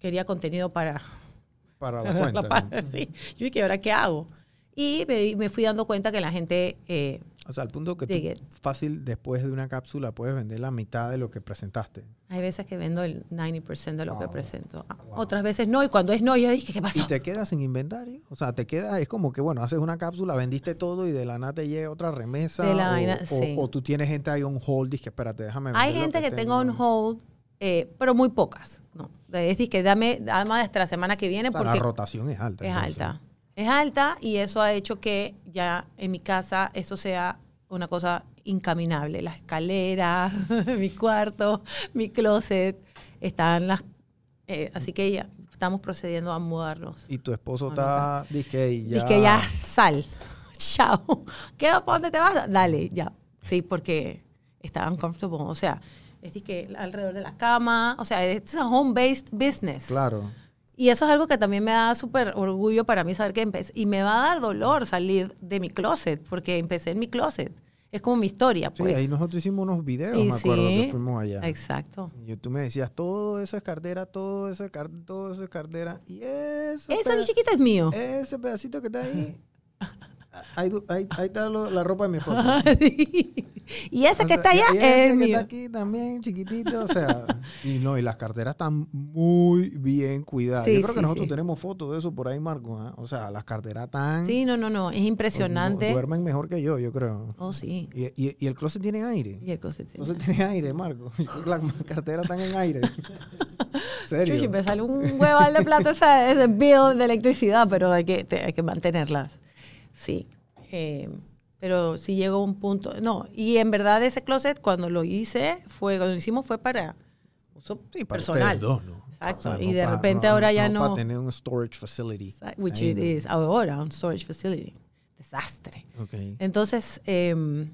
C: quería contenido para
B: para la
C: la
B: cuenta.
C: pa- sí. Yo dije, ¿ahora qué hago? Y me, me fui dando cuenta que la gente, eh,
B: O sea, al punto que
C: Llegué.
B: tú fácil después de una cápsula puedes vender la mitad de lo que presentaste.
C: hay veces que vendo el 90% de lo que
B: Wow.
C: presento. Ah,
B: Wow.
C: Otras veces no, y cuando es no, yo dije, ¿qué pasó?
B: Y te quedas sin inventario. O sea, te quedas, es como que, bueno, haces una cápsula, vendiste todo y de la nada te llega otra remesa.
C: De la
B: o,
C: vaina,
B: o-
C: sí.
B: o tú tienes gente ahí on hold, dices, espérate, déjame
C: Hay
B: vender lo
C: gente que, tengo
B: tengo
C: on hold, eh, pero muy pocas. No. Es decir, que dame, dame hasta la semana que viene
B: O sea, la
C: porque
B: rotación es alta.
C: es
B: entonces.
C: alta. Es alta y eso ha hecho que ya en mi casa eso sea una cosa incaminable. Las escaleras, mi cuarto, mi closet, están las... eh, así que ya estamos procediendo a mudarnos.
B: Y tu esposo
C: No, no,
B: está, dije, ya.
C: Dice que ya sal. Chao. ¿Qué, ¿Para dónde te vas? Dale, ya. Sí, porque está uncomfortable. O sea, es de que alrededor de la cama. O sea, es a home-based business.
B: Claro.
C: Y eso es algo que también me da súper orgullo para mí saber que empecé. Y me va a dar dolor salir de mi closet, porque empecé en mi closet. Es como mi historia,
B: Sí,
C: pues.
B: ahí nosotros hicimos unos videos,
C: Y
B: me acuerdo, que
C: sí.
B: fuimos allá.
C: Exacto.
B: Y tú me decías, todo eso es cartera, todo eso es cartera, todo eso es cartera. Y eso.
C: Esa
B: peda-
C: chiquita es mío.
B: Ese pedacito que está ahí. Ahí, du- ahí- ahí está lo- la ropa de mi esposo.
C: y ese
B: O
C: que
B: sea,
C: está allá
B: Eh. y este
C: es
B: que está
C: mío.
B: aquí también, chiquitito. O sea, y no, y las carteras están muy bien cuidadas.
C: Sí,
B: Yo creo que
C: sí,
B: nosotros
C: sí.
B: tenemos fotos de eso por ahí, Marco. ¿ah? O sea, las carteras están. eh,
C: Sí, no, no, no. Es impresionante.
B: Duermen mejor que yo, yo creo.
C: Oh, sí.
B: Y, y- y el closet tiene aire.
C: Y el closet.
B: El closet tiene aire, Marco. Las carteras están en aire. Serio.
C: Chuchi, me sale un hueval de plata esa- ese bill de electricidad, pero hay que, te- hay que mantenerlas. Sí. Eh, pero sí llegó un punto. No, y en verdad ese closet cuando lo hice, fue, cuando lo hicimos fue para uso
B: Sí, para
C: personal.
B: ustedes dos, ¿no?
C: Exacto,
B: O sea,
C: y
B: no
C: de
B: pa-
C: repente ahora ya no.
B: para tener un storage facility.
C: Which
B: Ahí
C: it
B: no.
C: is ahora, un storage facility. Desastre.
B: Ok.
C: Entonces, eh,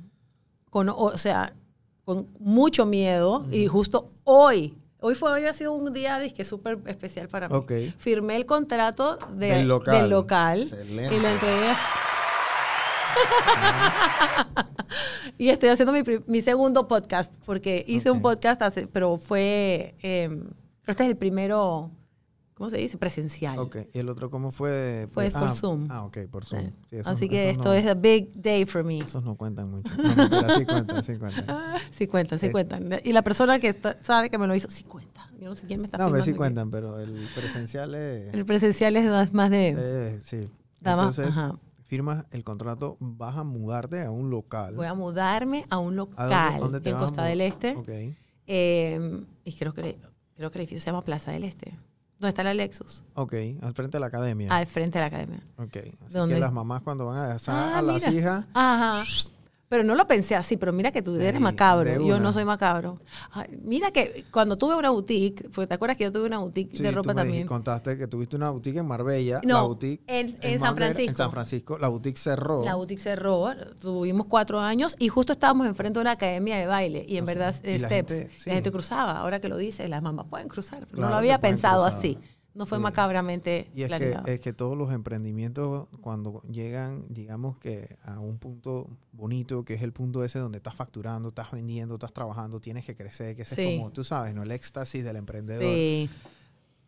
C: con, o sea, con mucho miedo y justo hoy, hoy fue hoy ha sido un día disque súper especial para mí.
B: Ok.
C: Firmé el contrato de-
B: Del
C: del
B: local.
C: local,
B: Excelente.
C: y lo entregué.
B: Ah.
C: y estoy haciendo mi, pri- mi segundo podcast porque hice un
B: Ok.
C: podcast, hace- pero fue, eh, este es el primero, ¿cómo se dice? Presencial.
B: Ok, ¿y el otro cómo fue?
C: Fue
B: Pues-
C: por
B: ah,
C: Zoom.
B: Ah, ok, por
C: Sí.
B: Zoom. Sí, esos-
C: Así que
B: esos
C: esto
B: no-
C: es a big day for me.
B: Esos no cuentan mucho. No, mentira, sí cuentan, sí cuentan.
C: Sí cuentan, sí
B: Eh.
C: cuentan. Y la persona que está- sabe que me lo hizo, sí cuenta. Yo no sé quién me está
B: No, pero sí
C: filmando
B: cuentan,
C: aquí.
B: pero el presencial es...
C: El presencial es más- más de...
B: eh, sí.
C: da más-
B: Entonces,
C: ajá.
B: firmas el contrato, vas a mudarte a un local.
C: Voy a mudarme a un
B: ¿A
C: local
B: dónde- dónde te
C: en
B: vas a
C: Costa
B: mudar?
C: del Este.
B: Ok.
C: Eh, y creo que, le- creo que el edificio se llama Plaza del Este. ¿Dónde está la Lexus?
B: Ok, al frente de la academia.
C: Al frente de la academia.
B: Ok, así
C: ¿Dónde?
B: que las mamás cuando van a dejar
C: Ah,
B: a las
C: mira.
B: hijas...
C: Ajá. Pero no lo pensé así, pero mira que tú eres
B: Sí,
C: macabro.
B: de
C: Yo
B: una.
C: no soy macabro. Ay, mira que cuando tuve una boutique, porque te acuerdas que yo tuve una boutique
B: Sí,
C: de
B: tú
C: ropa
B: me dijiste-
C: también.
B: contaste que tuviste una boutique en Marbella.
C: No,
B: la boutique
C: en- en San
B: Marbella- En
C: Francisco.
B: San Francisco, la boutique cerró.
C: La boutique cerró, tuvimos cuatro años y justo estábamos enfrente de una academia de baile y en
B: O sea,
C: verdad
B: Ah, y
C: eh,
B: la
C: steps.
B: gente- sí.
C: la gente cruzaba, ahora que lo dices, las mamás pueden cruzar, pero no
B: Claro
C: lo
B: que
C: había
B: pueden
C: pensado
B: cruzar.
C: así, no fue
B: Sí.
C: macabramente
B: y es que,
C: planeado.
B: es que todos los emprendimientos cuando llegan, digamos que a un punto bonito, que es el punto ese donde estás facturando, estás vendiendo, estás trabajando, tienes que crecer, que ese es
C: Sí.
B: como, tú sabes, ¿no? El éxtasis del emprendedor.
C: sí,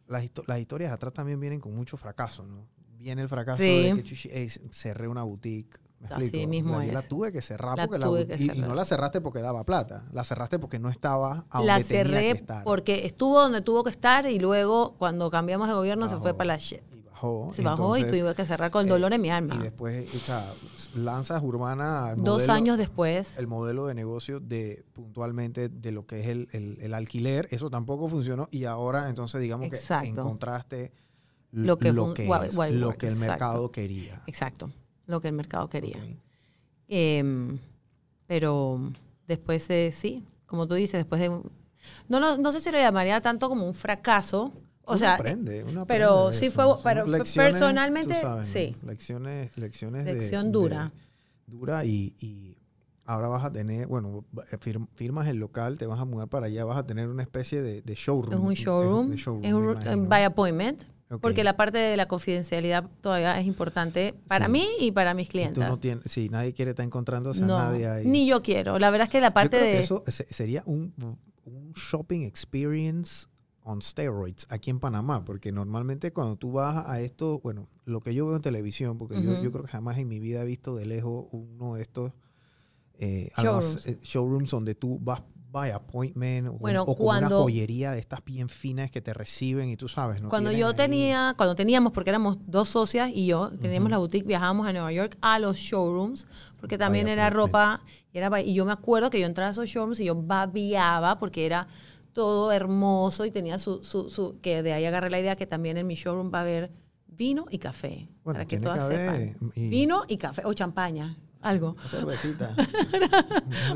B: Las, histo- las historias atrás también vienen con mucho fracaso, ¿no? Viene el fracaso
C: Sí.
B: de que chuchi, "Ey, cerré una boutique. ¿Me
C: Así
B: explico?
C: mismo
B: la, yo la
C: es.
B: tuve que cerrar
C: La
B: porque la
C: tuve que
B: boutique- y- Y, no
C: cerrar.
B: la cerraste porque daba plata. La cerraste porque no estaba a donde
C: la
B: tenía que
C: cerré
B: estar.
C: porque estuvo donde tuvo que estar y luego cuando cambiamos de gobierno se fue
B: Bajó.
C: para la shit.
B: Y bajó.
C: Se bajó y
B: entonces-
C: tuve que cerrar con
B: eh,
C: dolor en mi alma.
B: Y después, o sea, lanzas urbana. al
C: Dos
B: modelo-
C: años después,
B: El modelo de negocio de puntualmente de lo que es el, el- el alquiler, eso tampoco funcionó. Y ahora, entonces, digamos
C: Exacto.
B: que encontraste l-
C: Lo que
B: lo
C: fun-
B: que,
C: guau-
B: es,
C: guau-
B: lo
C: guau,
B: que el
C: exacto.
B: mercado quería.
C: exacto, lo que el mercado quería.
B: Ok.
C: Em, pero después, eh, sí, como tú dices, después de... un- No, no, no sé si lo llamaría tanto como un fracaso. O
B: Uno
C: sea,
B: aprende, uno
C: pero
B: aprende de
C: sí
B: eso.
C: fue-
B: Son
C: pero fue-
B: lecciones,
C: personalmente,
B: tú sabes, ¿no?
C: sí.
B: Lecciones, lecciones de-
C: Lección
B: de-
C: dura.
B: dura y, y ahora vas a tener, bueno, va- eh, fir- firmas el local, te vas a mudar para allá, vas a tener una especie de, de showroom.
C: es un showroom,
B: de
C: es
B: showroom,
C: un
B: me
C: ru-
B: imagino.
C: by appointment,
B: Ok.
C: porque la parte de la confidencialidad todavía es importante para
B: Sí.
C: mí y para mis
B: Y tú
C: clientes.
B: no tienes, sí, nadie quiere estar encontrándose a
C: No,
B: nadie ahí.
C: ni yo quiero. La verdad es que la parte
B: Yo creo
C: de...
B: que eso se- sería un, un shopping experience on steroids aquí en Panamá, porque normalmente cuando tú vas a esto, bueno, lo que yo veo en televisión, porque yo,
C: Ujú.
B: yo creo que jamás en mi vida he visto de lejos uno de estos eh, almac-
C: Showrooms.
B: eh, showrooms donde tú vas by appointment o,
C: Bueno,
B: o con una
C: cuando-
B: joyería de estas bien finas que te reciben y tú sabes, ¿no?
C: Cuando
B: Tienen
C: yo
B: ahí-
C: tenía, cuando teníamos, porque éramos dos socias y yo, teníamos la boutique, viajábamos a Nueva York a los showrooms, porque también
B: Vaya pues,
C: era
B: por-
C: ropa, y, era, ba- y yo me acuerdo que yo entraba a esos showrooms y yo babiaba porque era todo hermoso y tenía su, su, su- que de ahí agarré la idea que también en mi showroom va a haber vino y café,
B: Bueno,
C: para que
B: tiene que
C: todas
B: haber,
C: sepan.
B: y-
C: Vino y café, o champaña, algo.
B: Una cervecita.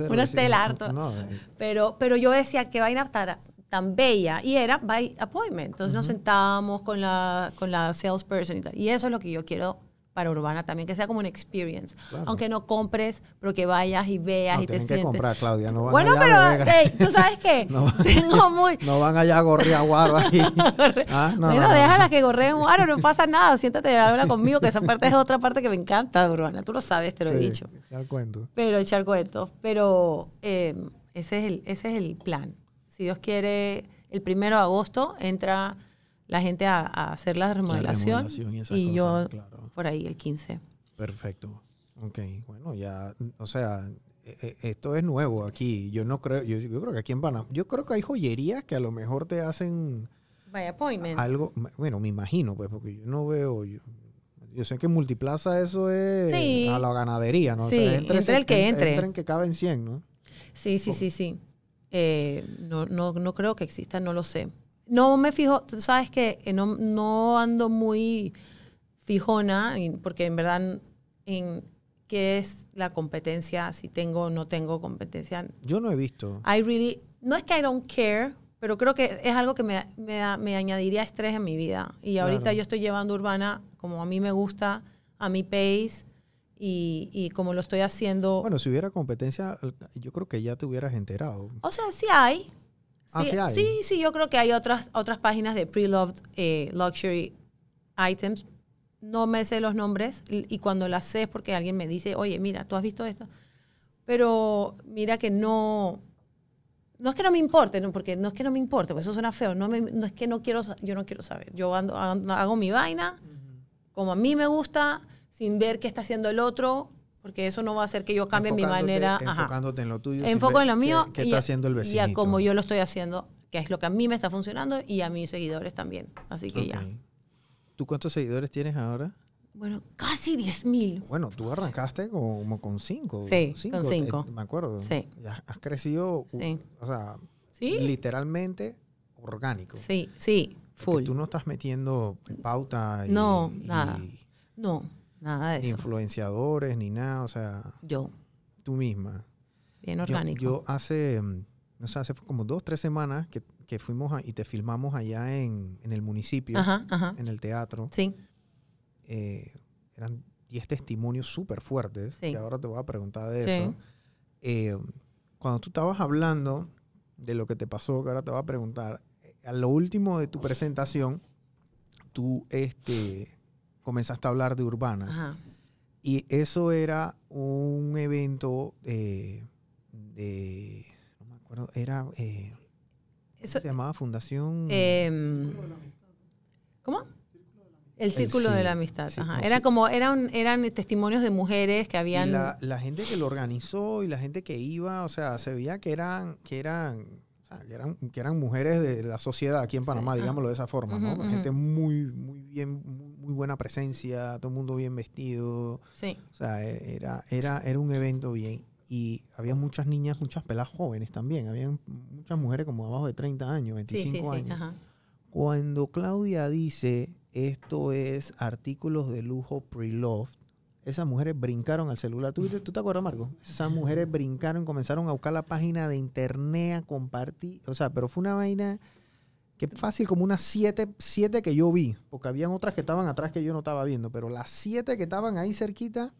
C: Una Stella
B: harto.
C: Artois. Pero, pero yo decía, qué vaina tan, tan bella. Y era by appointment. Entonces nos sentábamos con la, con la salesperson y tal. Y eso es lo que yo quiero para Urbana también, que sea como una experience.
B: Claro.
C: Aunque no compres, pero que vayas y veas
B: No,
C: y te
B: tienen que
C: sientes.
B: comprar, Claudia, no van
C: bueno,
B: allá a
C: pero
B: beber.
C: hey, tú sabes qué,
B: No van-
C: tengo muy...
B: No van allá a gorrear guaro ahí. Ah, no,
C: bueno,
B: no, no.
C: déjala que gorreen un aro, no pasa nada, siéntate, habla conmigo, que esa parte es otra parte que me encanta, Urbana, tú lo sabes, te lo he
B: Sí,
C: dicho.
B: Ya el cuento.
C: Pero echar cuentos. Pero eh, ese, es el, ese es el plan. Si Dios quiere, el primero de agosto entra la gente a, a hacer la remodelación.
B: remodelación y
C: y
B: esas cosas,
C: yo
B: claro.
C: por ahí el 15.
B: Perfecto. Ok, bueno, ya, o sea, e- e- esto es nuevo aquí. Yo no creo, yo, yo creo que aquí en Panamá, yo creo que hay joyerías que a lo mejor te hacen
C: By appointment.
B: algo, bueno, me imagino, pues, porque yo no veo, yo, yo sé que en Multiplaza eso es
C: Sí.
B: a la ganadería, ¿no?
C: Sí, entre el que
B: en-
C: entre.
B: Entren que caben 100, ¿no?
C: Sí, sí, sí, sí. Eh, no, no, no creo que exista, no lo sé. No me fijo, tú sabes que eh, no, no ando muy fijona, y- porque en verdad en qué es la competencia, si tengo o no tengo competencia,
B: Yo no he visto.
C: I really, no es que I don't care, pero creo que es algo que me, me da- me añadiría estrés en mi vida. Y ahorita
B: Claro.
C: yo estoy llevando Urbana como a mí me gusta, a mi pace y, y como lo estoy haciendo.
B: Bueno, si hubiera competencia, yo creo que ya te hubieras enterado.
C: o sea, sí hay.
B: Ah, sí hay.
C: sí, sí, yo creo que hay otras, otras páginas de pre-loved eh, luxury items. No me sé los nombres y y cuando las sé es porque alguien me dice, oye, mira, tú has visto esto. Pero mira que no, No es que no me importe, no, porque no es que no me importe, porque eso suena feo. No, me- no es que no quiero, sa- yo no quiero saber. Yo ando- ando- hago mi vaina como a mí me gusta, sin ver qué está haciendo el otro, porque eso no va a hacer que yo cambie mi
B: Enfocándote-
C: manera. Ajá.
B: Enfocándote en lo tuyo. sin
C: Enfoco
B: ver
C: en lo
B: qué-
C: mío
B: qué
C: y,
B: está
C: a-
B: haciendo el
C: y
B: vecino.
C: a como yo lo estoy haciendo, que es lo que a mí me está funcionando y a mis seguidores también. Así que ya.
B: ¿Tú cuántos seguidores tienes ahora?
C: Bueno, casi 10.000 mil.
B: Bueno, tú arrancaste como, como con cinco.
C: Sí, con cinco.
B: eh, me acuerdo.
C: Sí.
B: Ya has crecido. u-
C: Sí.
B: O sea,
C: Sí.
B: literalmente orgánico.
C: Sí, sí,
B: Porque
C: full.
B: Tú no estás metiendo eh, pauta y,
C: No,
B: y
C: nada. No, nada de eso.
B: influenciadores ni nada, o sea,
C: Yo,
B: tú misma.
C: bien
B: Yo-
C: orgánico.
B: Yo, hace, mm, no sé, hace como dos, tres semanas que, que fuimos a- y te filmamos allá en, en el municipio,
C: ajá, ajá.
B: en el teatro.
C: Sí,
B: eh, eran 10 testimonios súper fuertes,
C: Sí.
B: que ahora te voy a preguntar de
C: Sí.
B: eso. Eh, cuando tú estabas hablando de lo que te pasó, que ahora te voy a preguntar, eh, a lo último de tu presentación, tú este, comenzaste a hablar de Urbana.
C: ajá.
B: Y eso era un evento eh, de... No me acuerdo, era... eh, ¿cómo
C: Eso,
B: se llamaba Fundación...
C: em, ¿Cómo? El círculo de
B: sí,
C: la amistad.
B: sí,
C: ajá.
B: no,
C: Era
B: sí.
C: como, eran, eran testimonios de mujeres que
B: Y
C: habían.
B: la, la gente que lo organizó y la gente que iba, o sea, se veía que eran, que eran, o sea, que eran, que eran mujeres de la sociedad aquí en Panamá,
C: ajá.
B: digámoslo de esa forma, ¿no?
C: Ujú, ujú.
B: Gente muy, muy bien, muy, muy buena presencia, todo el mundo bien vestido.
C: Sí,
B: O sea, e- era, era, era un evento bien. Y había muchas niñas, muchas pelas jóvenes también. Habían muchas mujeres como abajo de 30 años,
C: sí,
B: 25
C: sí, sí.
B: años.
C: Ajá.
B: Cuando Claudia dice esto es artículos de lujo pre-loved, esas mujeres brincaron al celular. ¿Tú, viste- tú te acuerdas, Marco? Esas mujeres brincaron, comenzaron a buscar la página de internet, a compartir. O sea, pero fue una vaina que fácil, como unas siete, siete que yo vi. Porque habían otras que estaban atrás que yo no estaba viendo. Pero las siete que estaban ahí cerquita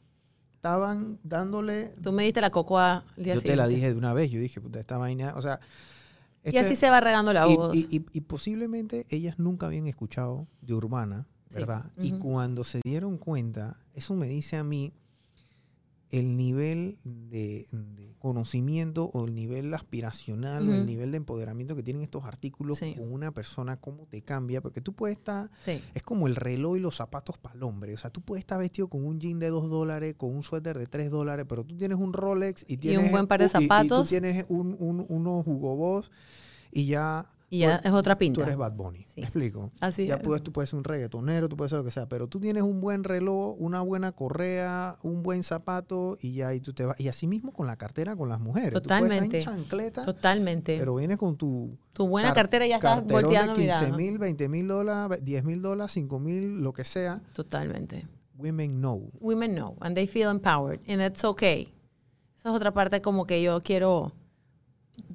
B: estaban dándole.
C: Tú me diste la cocoa el día
B: Yo te la
C: siguiente.
B: dije de una vez. Yo dije, puta, esta vaina. O sea.
C: y
B: este-
C: así se va regando la
B: y-
C: voz.
B: Y, y- y posiblemente ellas nunca habían escuchado de Urbana,
C: Sí.
B: ¿verdad? Y
C: Ujú.
B: cuando se dieron cuenta, eso me dice a mí el nivel de, de conocimiento o el nivel aspiracional o
C: Ujú.
B: el nivel de empoderamiento que tienen estos artículos
C: Sí.
B: con una persona, cómo te cambia, porque tú puedes estar...
C: sí.
B: Es como el reloj y los zapatos para el hombre. O sea, tú puedes estar vestido con un jean de 2 dólares, con un suéter de 3 dólares, pero tú tienes un Rolex y tienes...
C: un buen par de
B: y- y
C: zapatos.
B: tú tienes un- un- unos Hugo Boss y ya
C: Y ya es otra pinta.
B: tú eres Bad Bunny.
C: Sí. eh.
B: ¿Me explico?
C: Así
B: ya
C: es.
B: puedes, tú puedes ser un reggaetonero, tú puedes ser lo que sea, pero tú tienes un buen reloj, una buena correa, un buen zapato y ya y tú te vas. Y así mismo con la cartera con las mujeres. Tú puedes
C: Totalmente.
B: estar en chancleta,
C: Totalmente.
B: pero vienes con tu
C: tu buena
B: car-
C: cartera ya estás
B: carterón
C: volteando
B: de 15
C: mirando.
B: mil, 20 mil dólares, 10 mil dólares, 5 mil, lo que sea.
C: Totalmente.
B: Women know.
C: Women know and they feel empowered and it's okay. Esa es otra parte como que yo quiero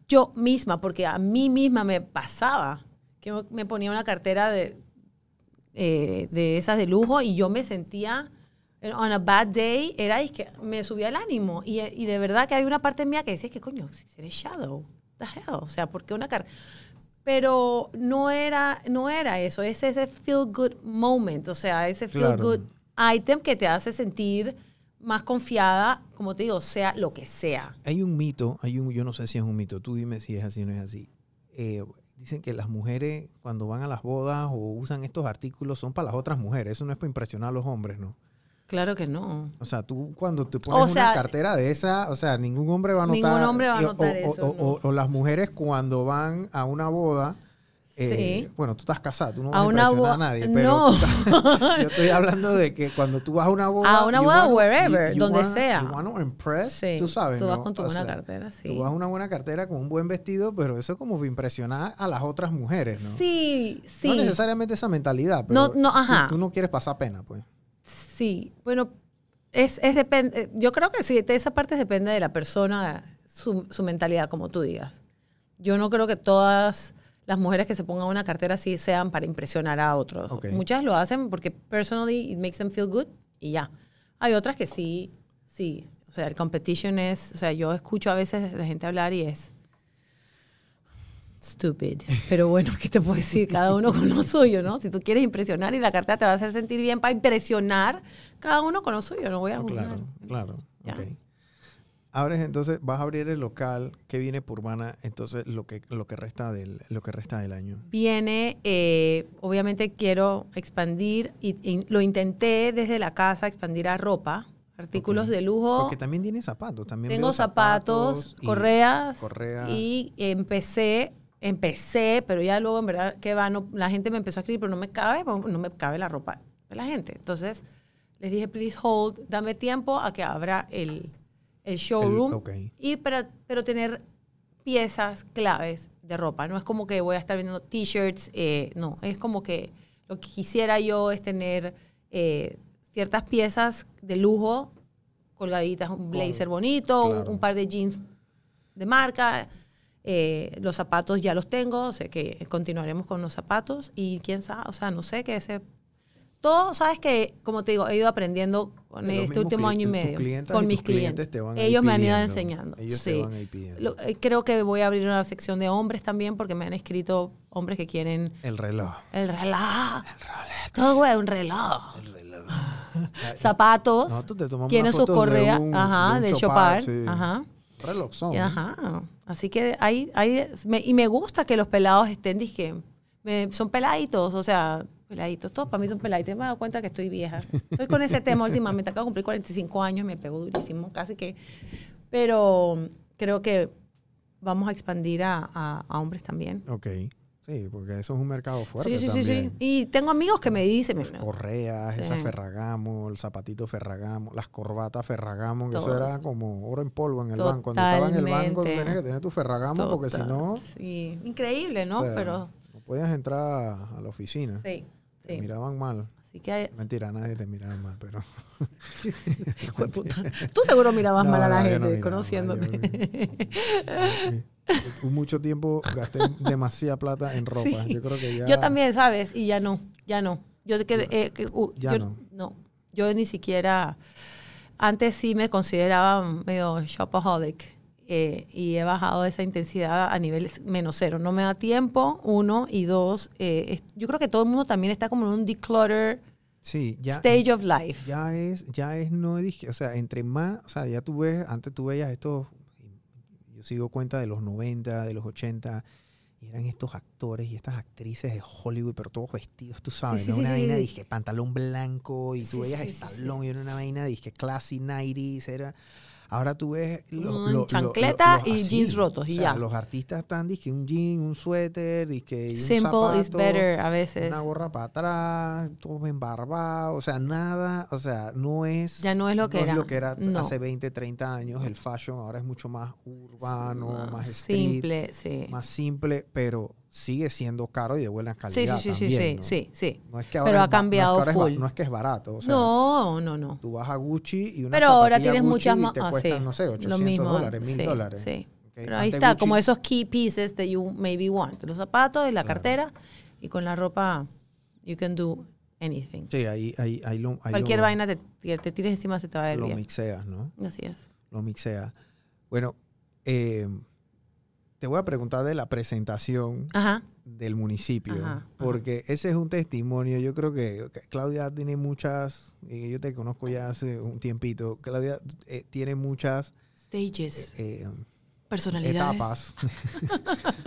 C: yo misma, porque a mí misma me pasaba que yo me ponía una cartera de, eh, de esas de lujo y yo me sentía eh, on a bad day, era y que me subía el ánimo y, eh, y de verdad que hay una parte mía que decía que coño, si eres shadow, the hell, o sea, ¿por qué una cartera? Pero no era, no era eso, es ese feel good moment, o sea, ese feel
B: Claro.
C: good item que te hace sentir más confiada, como te digo, sea lo que sea.
B: Hay un mito, hay un, yo no sé si es un mito, tú dime si es así o no es así. Eh, dicen que las mujeres cuando van a las bodas o usan estos artículos son para las otras mujeres, eso no es para impresionar a los hombres, ¿no?
C: Claro que no.
B: O sea, tú cuando te pones
C: sea,
B: una cartera de esa, o sea, ningún hombre va a
C: ningún
B: notar.
C: hombre va a
B: eh, o-
C: notar
B: o,
C: eso,
B: o- o- o las mujeres cuando van a una boda. eh,
C: Sí.
B: Bueno, tú estás casada, tú no
C: A
B: vas a,
C: una
B: impresionar a
C: boda-
B: nadie, pero
C: no.
B: tú estás- yo estoy hablando de que cuando tú vas a una boda,
C: A una
B: you
C: boda,
B: wanna-
C: wherever, donde
B: wanna-
C: sea.
B: you wanna impress,
C: Sí,
B: tú sabes,
C: Tú vas
B: ¿no?
C: con tu
B: O
C: buena
B: sea,
C: cartera, sí.
B: Tú vas a una buena cartera con un buen vestido, pero eso es como para impresionar a las otras mujeres, ¿no?
C: Sí, sí.
B: No necesariamente esa mentalidad, pero
C: No, no,
B: tú-
C: ajá.
B: Tú, no quieres pasar pena, pues.
C: Sí, bueno, es, es depende. Yo creo que sí, de esa parte depende de la persona, su, su mentalidad, como tú digas. Yo no creo que todas las mujeres que se pongan una cartera así sean para impresionar a otros.
B: Ok.
C: Muchas lo hacen porque personally it makes them feel good y ya. Hay otras que sí, sí. O sea, el competition es, o sea, yo escucho a veces la gente hablar y es stupid. Pero bueno, ¿qué te puedo decir? Cada uno con lo suyo, ¿no? Si tú quieres impresionar y la carta te va a hacer sentir bien para impresionar, cada uno con lo suyo, no voy a
B: Oh,
C: juzgar.
B: claro, claro.
C: Ah, pues, Ya.
B: ok. Abres entonces, vas a abrir el local que viene por Urbana, entonces lo que, lo que resta del, lo que resta del año.
C: Viene, eh, obviamente quiero expandir, y, y lo intenté desde la casa, expandir a ropa, artículos
B: Ok.
C: de lujo.
B: Porque también tiene zapatos, también
C: Tengo
B: veo
C: zapatos,
B: y-
C: correas,
B: correa.
C: y empecé, empecé, pero ya luego en verdad que va, no- la gente me empezó a escribir, pero no me cabe, no me cabe la ropa de la gente. Entonces les dije, please hold, dame tiempo a que abra el, el showroom
B: ok.
C: y para, pero tener piezas claves de ropa. No es como que voy a estar vendiendo t-shirts, eh, no, es como que lo que quisiera yo es tener eh, ciertas piezas de lujo colgaditas, un blazer bonito, un-
B: claro.
C: un par de jeans de marca. eh, los zapatos ya los tengo, o sea que continuaremos con los zapatos y quién sabe, o sea, no sé que ese... Todo, sabes que, como te digo, he ido aprendiendo con
B: Los
C: este
B: mismos
C: último
B: cli-
C: año y
B: tus
C: medio,
B: clientas
C: con
B: y
C: mis
B: tus clientes
C: clientes.
B: te van ahí
C: Ellos me han ido
B: pidiendo,
C: enseñando.
B: ellos te
C: sí.
B: van ahí pidiendo.
C: Lo- eh, creo que voy a abrir una sección de hombres también porque me han escrito hombres que quieren
B: El reloj.
C: el reloj. Todo, güey, un reloj.
B: El reloj.
C: Zapatos.
B: Nosotros te tomamos
C: Quieren
B: unas
C: sus
B: fotos de
C: correas.
B: un- de
C: Ajá,
B: un
C: del
B: chopar,
C: Chopar.
B: sí. ¿eh?
C: Ajá.
B: Reloj son.
C: Ajá. Así que hay, hay me- y me gusta que los pelados estén, dije, me- son peladitos, o sea, peladitos, todos para mí son peladitos. Me he dado cuenta que estoy vieja. Estoy con ese tema últimamente, acabo de cumplir 45 años, me pegó durísimo, casi que. Pero creo que vamos a expandir a, a- a hombres también.
B: Ok. Sí, porque eso es un mercado fuerte.
C: sí, sí, sí, sí.
B: también.
C: Y tengo amigos que me dicen,
B: Las correas,
C: Sí.
B: esa Ferragamo, el zapatito Ferragamo, las corbatas Ferragamo, que eso
C: Todo
B: era
C: eso.
B: como oro en polvo en el banco. Cuando estaba en el banco,
C: Totalmente.
B: tenías que tener tu Ferragamo, porque si
C: Total,
B: no,
C: Sí, increíble, ¿no?
B: o sea,
C: Pero
B: no podías entrar a la oficina.
C: sí,
B: Te
C: sí.
B: miraban mal.
C: Así que hay-
B: Mentira, nadie te miraba mal, pero.
C: Hijo de puta. Tú seguro mirabas
B: No,
C: mal a la
B: no, yo
C: gente
B: no miraba mal,
C: conociéndote.
B: Yo Mucho tiempo gasté demasiada plata en ropa.
C: Sí.
B: Yo creo que ya.
C: yo también, ¿sabes? Y ya no, ya no. Yo que, eh, que, uh,
B: Ya
C: yo-
B: no.
C: Yo ni siquiera antes sí me consideraba medio shopaholic. eh, y he bajado esa intensidad a nivel menos cero. No me da tiempo, uno, y dos, eh, es- yo creo que todo el mundo también está como en un declutter
B: Sí, ya.
C: stage of life.
B: Ya es, ya es, no es, disque- o sea, entre más, o sea, ya tú ves, antes tú veías estos, yo sigo cuenta de los 90, de los 80, y eran estos actores y estas actrices de Hollywood, pero todos vestidos, tú sabes,
C: sí,
B: ¿no?
C: sí,
B: una
C: sí,
B: vaina,
C: sí.
B: dije, pantalón blanco, y tú
C: Sí,
B: veías
C: sí, sí, sí.
B: Stallone, y era una vaina, dije, classy 90s, era... Ahora tú ves lo-
C: Mm,
B: lo- lo-
C: chancleta
B: los
C: y
B: así,
C: jeans rotos, y
B: o sea,
C: ya.
B: Los artistas están, dije, un jean, un suéter, dije, y un
C: Simple is
B: zapato,
C: better a veces.
B: una gorra para atrás, todo embarbado, o sea, nada, o sea, no es...
C: Ya no es lo que
B: no
C: era.
B: lo que era
C: No.
B: hace 20, 30 años. El fashion ahora es mucho más urbano, más street,
C: Ah, simple, sí.
B: más simple, pero sigue siendo caro y de buena
C: Sí,
B: calidad
C: sí, sí, sí,
B: también,
C: sí,
B: ¿no?
C: sí, sí.
B: No es que
C: Pero
B: ahora es ba-
C: ha
B: no es que
C: cambiado
B: ahora es ba-
C: full.
B: no es que es barato, o sea,
C: no, no, no.
B: tú vas a Gucci y una
C: Pero ahora
B: zapatilla
C: tienes
B: Gucci
C: muchas
B: y
C: más.
B: te
C: ah,
B: cuestan,
C: sí,
B: no sé,
C: lo
B: 800
C: mismo,
B: dólares, 1000
C: sí,
B: dólares.
C: Sí.
B: Ok,
C: Pero ahí
B: antes
C: está,
B: Gucci-
C: como esos key pieces that you maybe want. Los zapatos y la cartera. Y con la ropa, you can do anything.
B: Sí, ahí, ahí, ahí lo, ahí
C: Cualquier
B: lo-
C: vaina te- que te tires encima se te va a ver
B: lo
C: bien.
B: mixeas, ¿no?
C: Así es.
B: lo mixea. Bueno, eh, te voy a preguntar de la presentación
C: Ajá.
B: del municipio,
C: Ajá, ajá.
B: porque ese es un testimonio. Yo creo que que Claudia tiene muchas, y yo te conozco ya hace un tiempito, Claudia eh, tiene muchas
C: Stages,
B: eh,
C: personalidades.
B: etapas,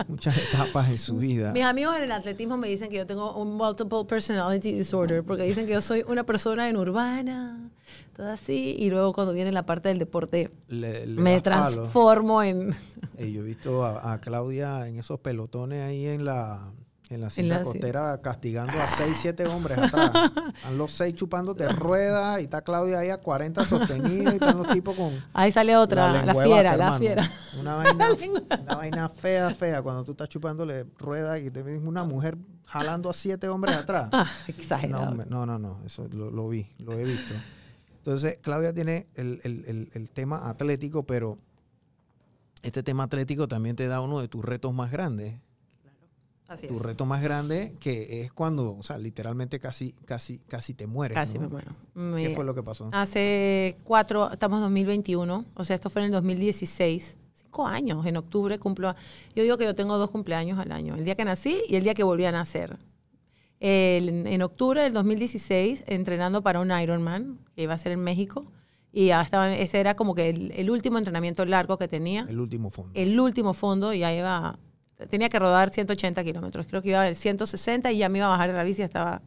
B: muchas etapas en su vida.
C: Mis amigos en el atletismo me dicen que yo tengo un multiple personality disorder porque dicen que yo soy una persona en urbana, todo así, y luego cuando viene la parte del deporte
B: Le- le
C: me
B: das palo.
C: transformo en
B: Eh, yo he visto a, a Claudia en esos pelotones ahí en la en la cinta
C: la cin-
B: costera castigando a seis, siete hombres. atrás. Están los seis chupándote ruedas y está Claudia ahí a 40 sostenida y están los tipos con
C: Ahí sale otra, la,
B: lengua de
C: fiera,
B: vaca,
C: la
B: hermano.
C: fiera.
B: Una vaina, una vaina fea, fea. Cuando tú estás chupándole ruedas y te ves una mujer jalando a siete hombres atrás.
C: Ah,
B: No,
C: exagerado.
B: hombre, no, no, no, eso lo, lo vi, lo he visto. Entonces, Claudia tiene el, el- el- el tema atlético, pero este tema atlético también te da uno de tus retos más grandes.
C: Así
B: Tu
C: es.
B: reto más grande que es cuando, o sea, literalmente casi, casi, casi te mueres.
C: Casi
B: ¿no?
C: me muero.
B: ¿Qué
C: Me- Ah.
B: fue lo que pasó?
C: Hace cuatro, estamos en 2021, o sea, esto fue en el 2016. Cinco años, en octubre cumplo. Yo digo que yo tengo dos cumpleaños al año, el día que nací y el día que volví a nacer. El- en octubre del 2016, entrenando para un Ironman, que iba a ser en México, y ya estaba, ese era como que el, el último entrenamiento largo que tenía.
B: El último fondo.
C: el último fondo y ya iba, tenía que rodar 180 kilómetros, creo que iba a haber 160 y ya me iba a bajar de la bici, ya estaba,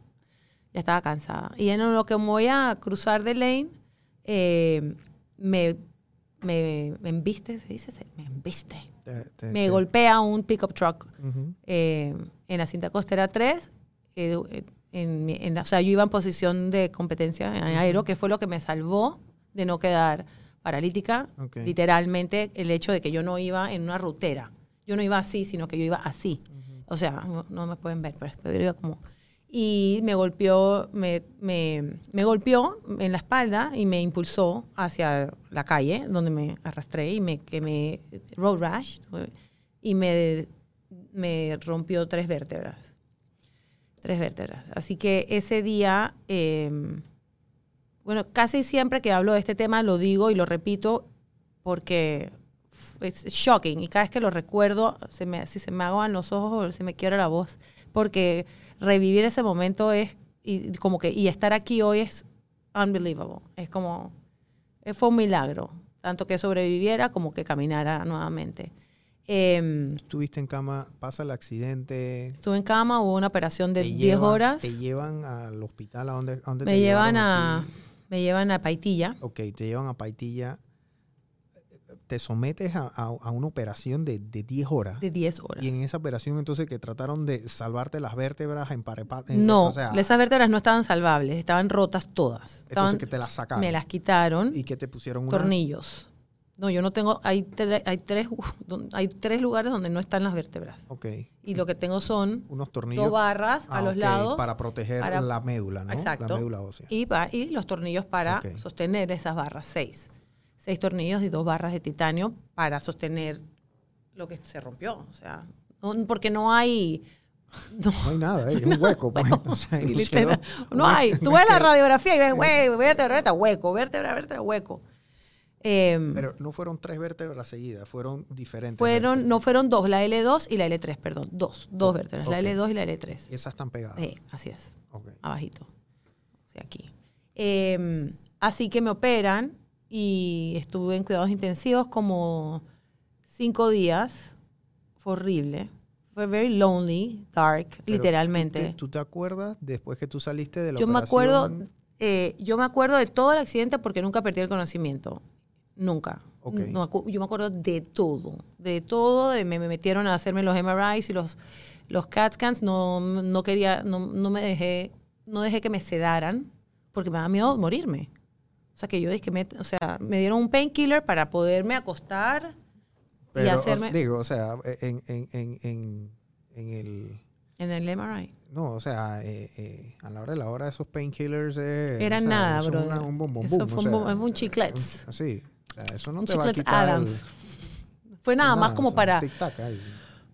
C: ya estaba cansada. Y en lo que me voy a cruzar de lane, eh, me, me, me embiste, se dice, Se- me embiste.
B: Te- te-
C: Me
B: te-
C: golpea un pickup truck
B: Ujú.
C: eh, en la cinta costera 3. eh, eh, en, mi- en la- o sea, yo iba en posición de competencia en aero, que fue lo que me salvó de no quedar paralítica.
B: Ok.
C: Literalmente, el hecho de que yo no iba en una rutera. yo no iba así, sino que yo iba así. O sea, no, no me pueden ver, pero yo iba como... Y me golpeó, me, me, me golpeó en la espalda y me impulsó hacia la calle donde me arrastré y me quemé road rash y me, me rompió tres vértebras. Tres vértebras. Así que ese día... eh, bueno, casi siempre que hablo de este tema lo digo y lo repito porque es shocking y cada vez que lo recuerdo, se me, si se me aguan los ojos o se me quiebra la voz, porque revivir ese momento es, y como que, y estar aquí hoy es unbelievable, es como, eh, fue un milagro, tanto que sobreviviera como que caminara nuevamente. Em,
B: Estuviste en cama, pasa el accidente.
C: estuve en cama, hubo una operación de
B: te
C: 10
B: llevan-
C: horas,
B: Te llevan al hospital, ¿a dónde, a dónde
C: me
B: te
C: llevan
B: llevaron
C: a,
B: a ti?
C: me llevan a Paitilla.
B: Ok, te llevan a Paitilla. Te sometes a, a- a una operación de, de 10 horas.
C: De 10 horas.
B: y en esa operación entonces que trataron de salvarte las vértebras en parepat.
C: No,
B: o sea,
C: esas vértebras no estaban salvables, estaban rotas todas. Estaban-
B: entonces que te las sacaron.
C: me las quitaron,
B: y que te pusieron una-
C: tornillos. No, yo no tengo, hay, tre- hay, tres, don- hay tres lugares donde no están las vértebras.
B: Ok,
C: Y lo que tengo son
B: unos tornillos.
C: dos barras
B: Ah,
C: a los
B: ok,
C: lados
B: Para proteger
C: para-
B: la médula, ¿no? La
C: Exacto.
B: médula ósea.
C: y, va- y los tornillos para
B: Ok.
C: sostener esas barras, seis. Seis tornillos y dos barras de titanio para sostener lo que se rompió. O sea, no- porque no hay... no-
B: No hay nada, ¿eh? es un hueco. pues. O sea,
C: Sí,
B: no se
C: literal.
B: ve-
C: No hay. Tú ves la radiografía y ves, güey, vértebra, vértebra, hueco, vértebra, vértebra, hueco. Em,
B: Pero no fueron tres vértebras seguidas, fueron diferentes.
C: fueron,
B: vértebras.
C: no fueron dos, la L2 y la L3, perdón. Dos, dos
B: Ok,
C: vértebras,
B: ok.
C: la L2 y la L3.
B: Y esas están pegadas.
C: Sí, así es,
B: Ok.
C: abajito. O sea, aquí. Em, así que me operan y estuve en cuidados intensivos como cinco días. Fue horrible. Fue very lonely, dark,
B: Pero,
C: literalmente.
B: ¿tú te, tú te acuerdas después que tú saliste de la
C: yo me acuerdo
B: operación?
C: eh, yo me acuerdo de todo el accidente porque nunca perdí el conocimiento nunca
B: Ok.
C: No acu- yo me acuerdo de todo de todo de- me, me metieron a hacerme los MRIs y los los CAT scans no, no quería no, no me dejé no dejé que me sedaran porque me daba miedo morirme o sea que yo dije que me, o sea me dieron un painkiller para poderme acostar
B: Pero,
C: y
B: o-
C: hacerme
B: digo, o sea, en, en, en, en, en el...
C: en el MRI
B: No, o sea, eh, eh, a la hora de la hora esos painkillers... eh,
C: Era
B: o sea,
C: nada,
B: son
C: brother.
B: una- un bombón
C: Eso
B: boom,
C: fue
B: o
C: un
B: sea, eh,
C: bom- fue un chiclets.
B: un- ah, Sí, o sea, eso no
C: Un
B: te va a
C: chiclets
B: quitar...
C: Adams. fue nada más como para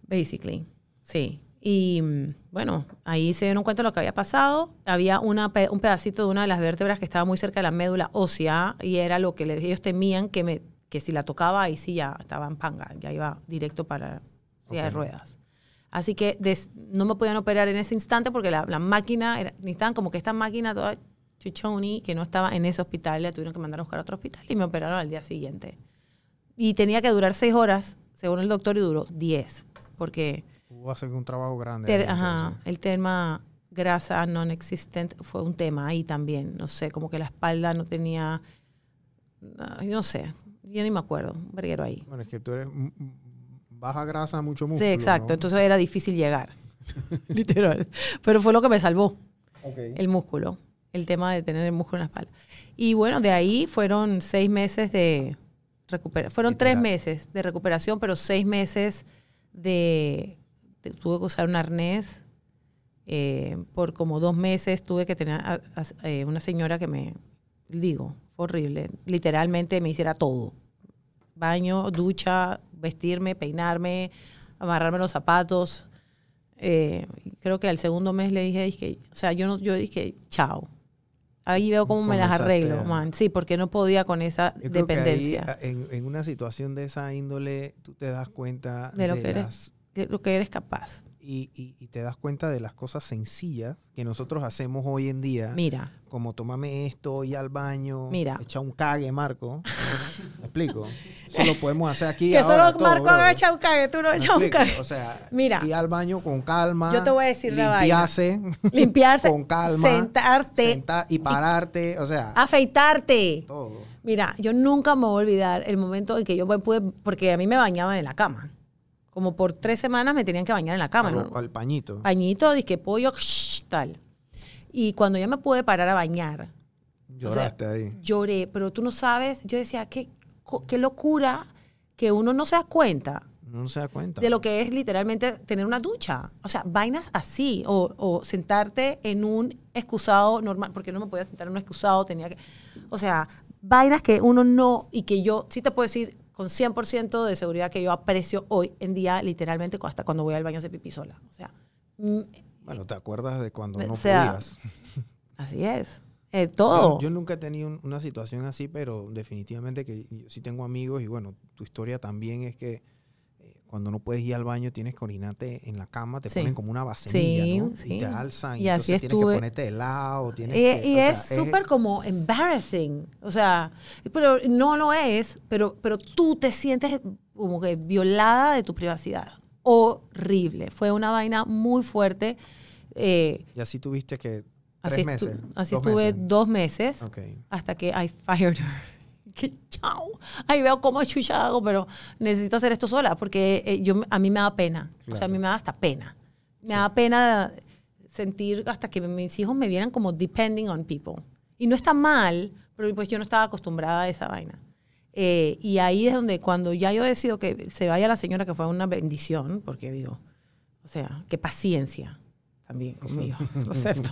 C: Basically, sí. Y mm, bueno, ahí se dieron cuenta de lo que había pasado. Había una, pe- un pedacito de una de las vértebras que estaba muy cerca de la médula ósea y era lo que le- ellos temían que, me, que si la tocaba ahí sí ya estaba en panga, ya iba directo para la silla de
B: Ok.
C: ruedas. Así que des- no me podían operar en ese instante porque la, la máquina, era, necesitaban como que esta máquina toda chuchoni que no estaba en ese hospital, la tuvieron que mandar a buscar a otro hospital y me operaron al día siguiente. Y tenía que durar seis horas, según el doctor, y duró diez, porque
B: Va a hacer un trabajo grande.
C: ter-
B: ahí,
C: ajá,
B: entonces.
C: el tema grasa non existente fue un tema ahí también, no sé, como que la espalda no tenía, ay, no sé, yo ni me acuerdo, un verguero ahí.
B: Bueno, es que tú eres m- m- baja grasa, mucho músculo.
C: Sí, exacto,
B: ¿no?
C: entonces era difícil llegar, literal, pero fue lo que me salvó.
B: Ok.
C: el músculo, el tema de tener el músculo en la espalda. Y bueno, de ahí fueron seis meses de recuperación, fueron tres
B: Literal.
C: meses de recuperación, pero seis meses de, de- tuve que usar un arnés. eh, por como dos meses tuve que tener a- a- eh, una señora que me, digo, fue horrible, literalmente me hiciera todo. Baño, ducha, vestirme, peinarme, amarrarme los zapatos, eh, creo que al segundo mes le dije, dije, o sea, yo no, yo dije, chao. Ahí veo cómo me las
B: Comenzaste
C: arreglo,
B: a-
C: man. Sí, porque no podía con esa
B: Yo creo que ahí, ah,
C: dependencia.
B: a- en, en una situación de esa índole, tú te das cuenta
C: De lo que eres.
B: las-
C: Que- Lo que eres capaz.
B: y, y- y te das cuenta de las cosas sencillas que nosotros hacemos hoy en día,
C: Mira,
B: como tómame esto, ir al baño,
C: Mira.
B: echa un cague, Marco. ¿Me explico? Eso lo podemos hacer aquí.
C: que
B: ahora,
C: solo
B: todo,
C: Marco
B: brother.
C: haga chau cague, tú no
B: ¿Me
C: chau
B: explico?
C: cague.
B: O sea,
C: Mira.
B: ir al baño con calma.
C: Yo te voy a decir la vaina.
B: limpiarse,
C: Limpiarse,
B: con calma,
C: sentarte,
B: sentar y pararte, o sea,
C: Ah. afeitarte.
B: todo.
C: Mira, yo nunca me voy a olvidar el momento en que yo me pude, porque a mí me bañaban en la cama. Como por tres semanas me tenían que bañar en la cama.
B: Al-
C: ¿no?
B: al pañito.
C: Pañito, disque pollo, tal. Y cuando ya me pude parar a bañar,
B: Lloraste ahí.
C: lloré, pero tú no sabes, yo decía, qué, co- qué locura que uno no se da cuenta
B: No se da cuenta.
C: de lo que es literalmente tener una ducha. O sea, vainas así. O, o sentarte en un excusado normal, porque no me podía sentar en un excusado, tenía que... O sea, vainas que uno no, y que yo sí te puedo decir con 100% de seguridad que yo aprecio hoy en día, literalmente, hasta cuando voy al baño de pipí sola. O sea, mm,
B: Bueno, ¿te acuerdas de cuando
C: O
B: no
C: sea,
B: podías?
C: así es. Eh,
B: Yo,
C: todo.
B: yo nunca he tenido un- una situación así, pero definitivamente que yo sí tengo amigos y bueno, tu historia también es que eh, cuando no puedes ir al baño tienes que orinarte en la cama, te
C: Sí.
B: ponen como una vaselina,
C: Sí,
B: ¿no?
C: sí.
B: Y te alzan y,
C: Y así
B: entonces tienes
C: estuve.
B: que ponerte de lado, tienes
C: Y,
B: que-
C: Eh, y
B: este, o sea,
C: es súper como embarrassing, o sea, pero no lo es, pero, pero tú te sientes como que violada de tu privacidad. Horrible, fue una vaina muy fuerte. eh,
B: Y así tuviste que
C: así
B: tres
C: estu-
B: meses.
C: así
B: dos
C: estuve
B: meses.
C: dos meses
B: Ok.
C: hasta que I fired her. Que chao. Ahí veo cómo chucha hago, pero necesito hacer esto sola porque eh, yo, a mí me da pena. O sea, a mí me da hasta pena. Me da pena sentir hasta que mis hijos me vieran como depending on people. Y no está mal, pero pues yo no estaba acostumbrada a esa vaina. Eh, y ahí es donde cuando ya yo decido que se vaya la señora, que fue una bendición, porque digo, o sea, qué paciencia también conmigo. ¿No es cierto?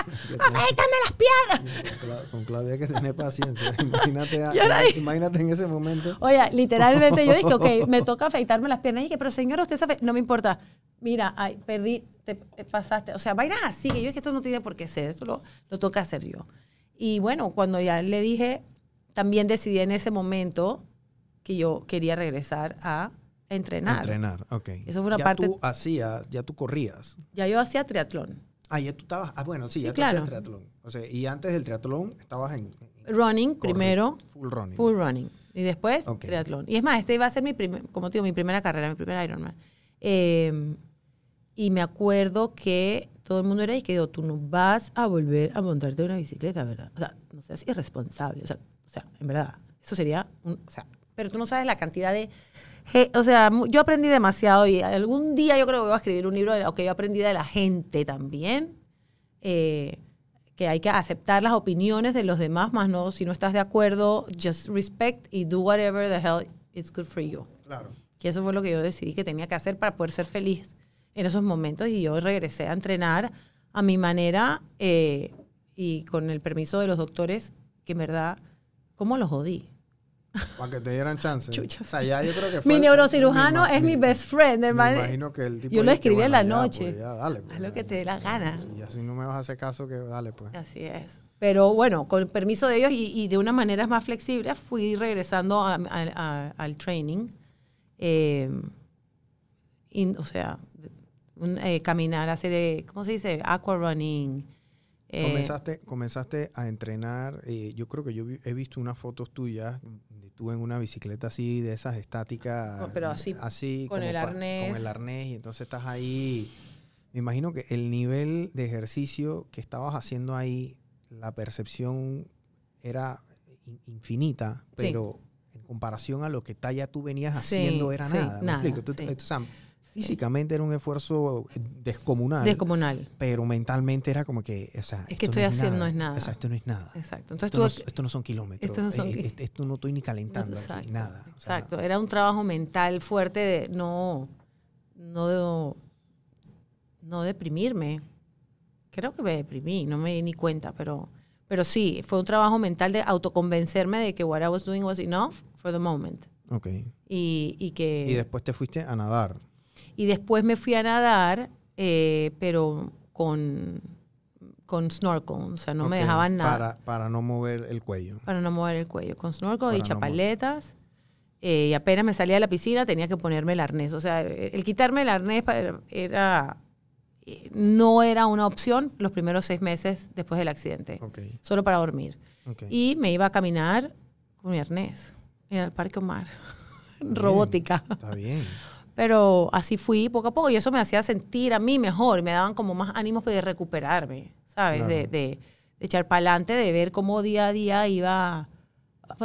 C: ¡Afeítame las piernas!
B: Cla- Con Claudia hay que tener paciencia. Imagínate, a-
C: Yo era-
B: imagínate en ese momento.
C: Oye, literalmente yo dije, ok, me toca afeitarme las piernas. Y dije, pero señora, usted se afe- No me importa. Mira, ay, perdí, te eh, pasaste. O sea, vainas así. Que yo es que esto no tiene por qué ser. Esto lo, lo toca hacer yo. Y bueno, cuando ya le dije, también decidí en ese momento que yo quería regresar a entrenar.
B: Entrenar, ok.
C: Eso fue una
B: ya
C: parte-
B: Tú hacías, ya tú corrías.
C: Ya yo hacía triatlón.
B: Ah, ya tú estabas. Ah, bueno, sí,
C: Sí,
B: ya tú
C: claro.
B: hacías triatlón. O sea, y antes del triatlón estabas en. en-
C: Running primero,
B: corri- Full running.
C: full running. Y después
B: Ok.
C: triatlón. Y es más, este iba a ser mi primer, como te digo, mi primera carrera, mi primer Ironman. Eh, y me acuerdo que todo el mundo era y que digo, tú no vas a volver a montarte una bicicleta, ¿verdad? O sea, no seas irresponsable. O sea, o sea, en verdad, eso sería un, o sea, pero tú no sabes la cantidad de je- o sea, mu- yo aprendí demasiado y algún día yo creo que voy a escribir un libro de lo que yo aprendí de la gente también. eh, que hay que aceptar las opiniones de los demás, más no, si no estás de acuerdo, just respect y do whatever the hell it's good for you.
B: Claro.
C: Que eso fue lo que yo decidí que tenía que hacer para poder ser feliz en esos momentos. Y yo regresé a entrenar a mi manera eh, y con el permiso de los doctores, que en verdad, ¿cómo los jodí?
B: Para que te dieran chance.
C: Chucha.
B: O sea, ya yo creo que fue
C: Mi
B: el-
C: neurocirujano
B: me ima-
C: es mi
B: me-
C: best friend,
B: Me
C: hermano.
B: imagino que el tipo.
C: Yo lo
B: dice,
C: escribí
B: bueno,
C: en la
B: ya,
C: noche.
B: pues, ya, dale, pues,
C: Haz lo que
B: ya.
C: te dé la gana.
B: Y así no me vas a hacer caso, que dale, pues.
C: Así es. Pero bueno, con el permiso de ellos y, y de una manera más flexible, fui regresando a- a- a- al training. Eh, in- o sea, un, eh, caminar, hacer, eh, ¿cómo se dice? Aqua running. eh,
B: Comenzaste, comenzaste a entrenar. eh, yo creo que yo vi- he visto unas fotos tuyas de tú en una bicicleta así, de esas estáticas.
C: No, pero así, con
B: como
C: el
B: pa-
C: arnés.
B: Con el arnés, y entonces estás ahí. Me imagino que el nivel de ejercicio que estabas haciendo ahí, la percepción era in- infinita, pero en comparación a lo que ta- ya tú venías
C: Sí,
B: haciendo era
C: sí,
B: nada. ¿me
C: nada,
B: explico? Tú-
C: sí.
B: o sea, físicamente era un esfuerzo eh, descomunal
C: descomunal.
B: pero mentalmente era como que, o sea,
C: Es que estoy haciendo, no es nada.
B: O sea, esto no es nada. Esto,
C: Exacto. Entonces
B: no,
C: tuve
B: es-
C: que-
B: esto no son kilómetros.
C: esto no son
B: eh,
C: ki-
B: est- esto no estoy ni calentando aquí,
C: Exacto,
B: nada. o sea,
C: Exacto, era un trabajo mental fuerte de no, no, de- no deprimirme. Creo que me deprimí, no me di ni cuenta, pero, pero sí, fue un trabajo mental de autoconvencerme de que what I was doing was enough for the moment.
B: ok.
C: Y, y que
B: Y después te fuiste a nadar.
C: y después me fui a nadar, eh, pero con, con snorkel, o sea, no me
B: Ok,
C: dejaban nada
B: Para, para no mover el cuello.
C: para no mover el cuello, con snorkel
B: Para
C: y
B: no
C: chapaletas. eh, y apenas me salía de la piscina tenía que ponerme el arnés. O sea, el, el quitarme el arnés para- era, eh, no era una opción los primeros seis meses después del accidente,
B: Ok,
C: solo para dormir.
B: ok.
C: Y me iba a caminar con mi arnés en el Parque Omar,
B: Bien,
C: robótica.
B: Está bien.
C: Pero así fui poco a poco y eso me hacía sentir a mí mejor, me daban como más ánimos de recuperarme, ¿sabes?
B: Claro.
C: De, de- de echar para adelante, de ver cómo día a día iba,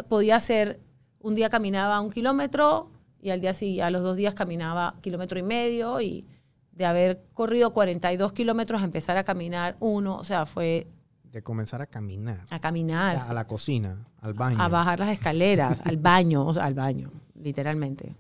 C: podía hacer, un día caminaba un kilómetro y al día sigui- a los dos días caminaba kilómetro y medio y de haber corrido 42 kilómetros empezar a caminar uno, o sea, fue
B: De comenzar a caminar.
C: a caminar,
B: O sea, a la cocina, al baño.
C: a bajar las escaleras, al baño, o sea, al baño, literalmente.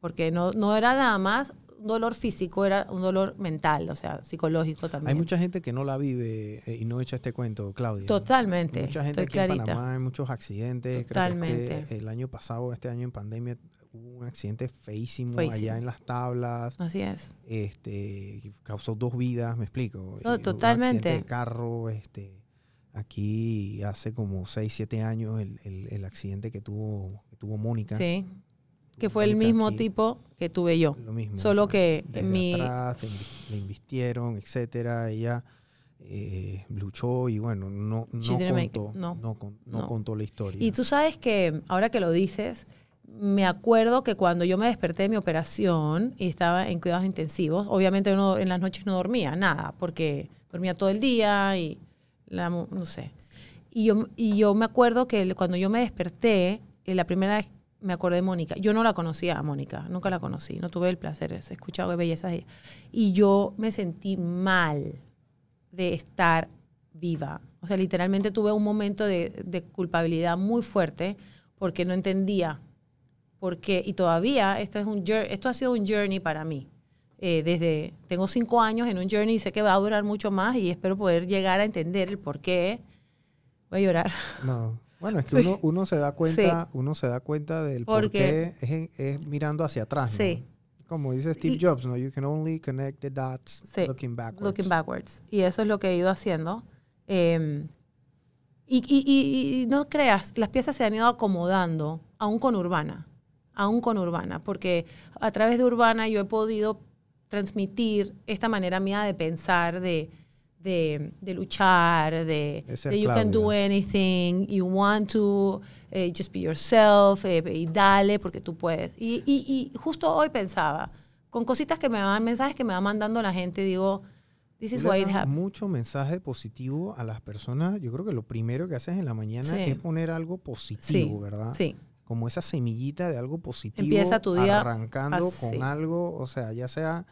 C: porque no, no era nada más un dolor físico, era un dolor mental, o sea, psicológico también.
B: Hay mucha gente que no la vive eh, y no echa este cuento, Claudia. ¿no?
C: Totalmente,
B: Mucha gente
C: estoy
B: aquí en
C: clarita.
B: Panamá, hay muchos accidentes. Creo que
C: Totalmente.
B: este- el año pasado, este año en pandemia, hubo un accidente feísimo,
C: Feísimo.
B: allá en las tablas.
C: Así es.
B: Este, que causó dos vidas, me explico.
C: No,
B: Eh, un
C: totalmente.
B: accidente de carro, este, aquí hace como 6, 7 años el, el- el accidente que tuvo, que tuvo Mónica.
C: Sí.
B: Tuvo
C: Que fue el
B: Mónica
C: mismo
B: aquí.
C: tipo que tuve yo.
B: Lo mismo.
C: Solo
B: o sea,
C: que
B: desde
C: mi-
B: atrás, te invi- le invistieron, etcétera. Ella eh, luchó y bueno, no, no
C: She didn't make it,
B: contó,
C: no,
B: no con- no
C: no.
B: contó la historia.
C: Y tú sabes que, ahora que lo dices, me acuerdo que cuando yo me desperté de mi operación y estaba en cuidados intensivos, obviamente uno en las noches no dormía nada, porque dormía todo el día y la mu- no sé. Y yo, y yo me acuerdo que el- cuando yo me desperté, eh, la primera vez me acordé de Mónica. Yo no la conocía a Mónica, nunca la conocí, no tuve el placer, he escuchado de bellezas de ella. Y yo me sentí mal de estar viva. O sea, literalmente tuve un momento de, de culpabilidad muy fuerte porque no entendía por qué. Y todavía esto, es un, jour- esto ha sido un journey para mí. Eh, desde tengo cinco años en un journey y sé que va a durar mucho más y espero poder llegar a entender el por qué. Voy a llorar.
B: No. Bueno, es que uno, uno se da cuenta, uno se da cuenta del por
C: Porque-
B: qué es, en- es mirando hacia atrás. ¿no?
C: Sí.
B: Como dice Steve
C: Y-
B: Jobs, ¿no? You can only connect the dots
C: Sí,
B: looking backwards.
C: Looking backwards. Y eso es lo que he ido haciendo. Eh, y, y- y- y no creas, las piezas se han ido acomodando, aún con Urbana, aún con Urbana, porque a través de Urbana yo he podido transmitir esta manera mía de pensar, de, de, de luchar, de,
B: Esa es
C: de you can do
B: Claudia.
C: anything, you want to, eh, just be yourself, eh, y dale porque tú puedes. Y, y- y justo hoy pensaba, con cositas que me van, mensajes que me va mandando la gente, digo, this
B: Tú
C: is
B: le
C: why it
B: das
C: happens.
B: mucho mensaje positivo a las personas. Yo creo que lo primero que haces en la mañana
C: Sí.
B: es poner algo positivo, ¿verdad?
C: Sí,
B: como esa semillita de algo positivo.
C: Empieza tu día
B: arrancando
C: así.
B: con algo, o sea, ya sea